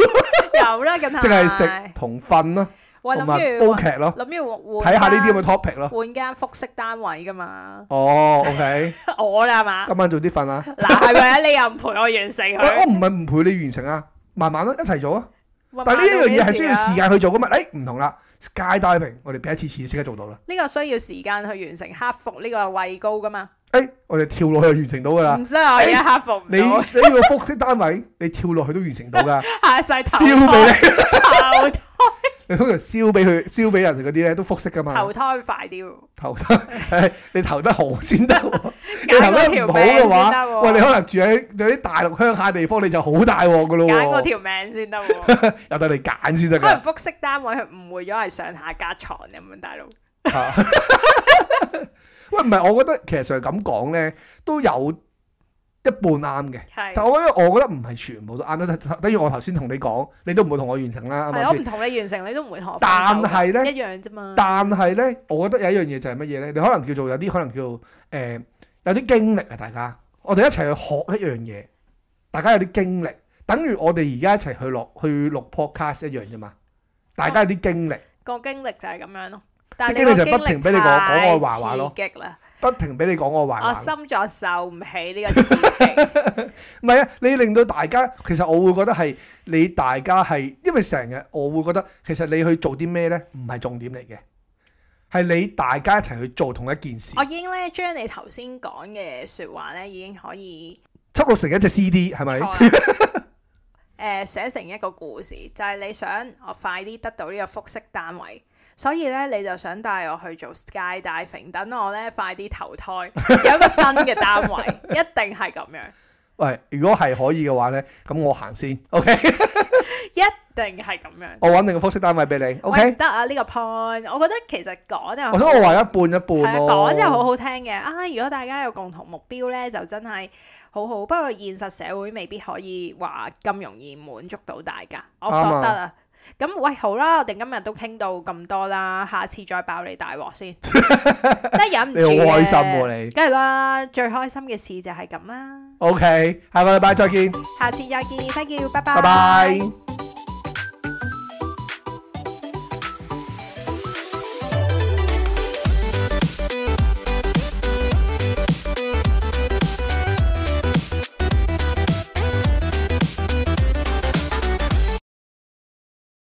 Speaker 2: 有啦，咁
Speaker 1: 即係食。同瞓啦，
Speaker 2: 喂，
Speaker 1: 同埋
Speaker 2: 諗
Speaker 1: 煲
Speaker 2: 住
Speaker 1: 劇咯，
Speaker 2: 諗住換
Speaker 1: 睇下呢啲咁嘅
Speaker 2: 嘅
Speaker 1: topic 咯。
Speaker 2: 換間複式單 位噶嘛，
Speaker 1: 哦，OK，
Speaker 2: 我啦係嘛，
Speaker 1: 今晚早啲瞓啊！
Speaker 2: 嗱係咪啊？你又唔陪我完成
Speaker 1: 喂，我
Speaker 2: 佢，
Speaker 1: 唔係唔陪你完成啊，慢慢啦，一齊做啊！
Speaker 2: 喂
Speaker 1: 但係呢
Speaker 2: 買到
Speaker 1: 一樣嘢
Speaker 2: 幾
Speaker 1: 係需要
Speaker 2: 啊
Speaker 1: 時間去做噶嘛？哎誒唔同啦，skydiving 我哋俾一次次即刻做到啦。
Speaker 2: 呢個需要時間去完成克服呢個畏高噶嘛，
Speaker 1: 誒哎我哋跳落去就完成到噶啦
Speaker 2: 唔。知我而家克服唔
Speaker 1: 你你
Speaker 2: 到，
Speaker 1: 要複式單位，你跳落去都完成到 噶，
Speaker 2: 下世投
Speaker 1: 燒俾
Speaker 2: 胎
Speaker 1: 你。
Speaker 2: 投胎
Speaker 1: 你通常燒俾佢，燒俾人哋嗰啲咧都複式噶嘛
Speaker 2: 投。胎快啲喎，
Speaker 1: 投得， 誒你投得好先得 喎。你
Speaker 2: 揀
Speaker 1: 投
Speaker 2: 嗰條
Speaker 1: 得唔
Speaker 2: 命
Speaker 1: 好嘅
Speaker 2: 先得
Speaker 1: 話，喂，你
Speaker 2: 喎，
Speaker 1: 可能住喺有啲大陸鄉下地方，你就好大鑊噶咯
Speaker 2: 揀嗰
Speaker 1: 喎。
Speaker 2: 條啊命 先得喎，
Speaker 1: 有得你揀先得
Speaker 2: 可能
Speaker 1: 㗎。
Speaker 2: 複式單位佢誤會咗係上下隔床咁樣，大佬
Speaker 1: 嚇啊 喂，唔係，我覺得其實上咁講咧，都有一半啱嘅。
Speaker 2: 係
Speaker 1: 但。我覺得我覺得唔係全部都啱啦。等等於我頭先同你講，你都唔會同我完成啦，啱唔
Speaker 2: 係我
Speaker 1: 啱先？
Speaker 2: 唔同你完成，你都唔會同我分
Speaker 1: 但
Speaker 2: 手㗎
Speaker 1: 係咧。
Speaker 2: 一樣啫嘛。
Speaker 1: 但係咧，我覺得有一樣嘢就係乜嘢咧？你可能叫做有啲可能叫誒、呃有啲經歷啊，大家，我哋一齊去學一樣嘢，大家有啲經歷，等於我哋而家一齊去落去錄 podcast 一樣啫嘛。大家有啲經歷，
Speaker 2: 個經歷就係咁樣咯。但係
Speaker 1: 經
Speaker 2: 你
Speaker 1: 歷
Speaker 2: 個
Speaker 1: 就
Speaker 2: 經
Speaker 1: 不停俾你講講我壞話咯
Speaker 2: 太刺激啦！
Speaker 1: 不停俾你講我壞
Speaker 2: 我
Speaker 1: 話。
Speaker 2: 心臟受唔起呢個刺激。
Speaker 1: 唔係啊，你令到大家其實我會覺得係你大家係，因為成日我會覺得其實你去做啲咩咧，唔係重點嚟嘅，係你大家一齊去做同一件事
Speaker 2: 我，已經咧將你頭先講嘅説話咧已經可以
Speaker 1: 輯錄成一隻 CD 係咪？
Speaker 2: 誒、 呃、寫成一個故事，就係、你想我快啲得到呢個複式單位。所以咧，你就想帶我去做 skydiving，等我咧快啲投 胎，有一個新嘅單位，一定係咁樣，
Speaker 1: 喂，如果係可以嘅話咧，咁我行先，OK？
Speaker 2: 一定係咁樣。
Speaker 1: 我揾定個複式單位俾你
Speaker 2: 喂唔
Speaker 1: ，OK？
Speaker 2: 得啊！呢、個 point，我覺得其實講就
Speaker 1: 我想我話一半一
Speaker 2: 係啊
Speaker 1: 半咯。
Speaker 2: 講就好好聽嘅啊！如果大家有共同目標咧，就真係好好。不過現實社會未必可以話咁容易滿足到大家，我覺
Speaker 1: 啱
Speaker 2: 得
Speaker 1: 啊
Speaker 2: 啊。咁喂，好啦，我哋今日都傾到咁多啦，下次再爆你大 鑊先，真係忍唔
Speaker 1: 你
Speaker 2: 住
Speaker 1: 好開心
Speaker 2: 嘅
Speaker 1: 喎你
Speaker 2: 梗係啦，最開心嘅事就係咁啦。
Speaker 1: OK，下個禮拜再見，
Speaker 2: 下次再見，thank you，拜拜。
Speaker 1: 拜拜。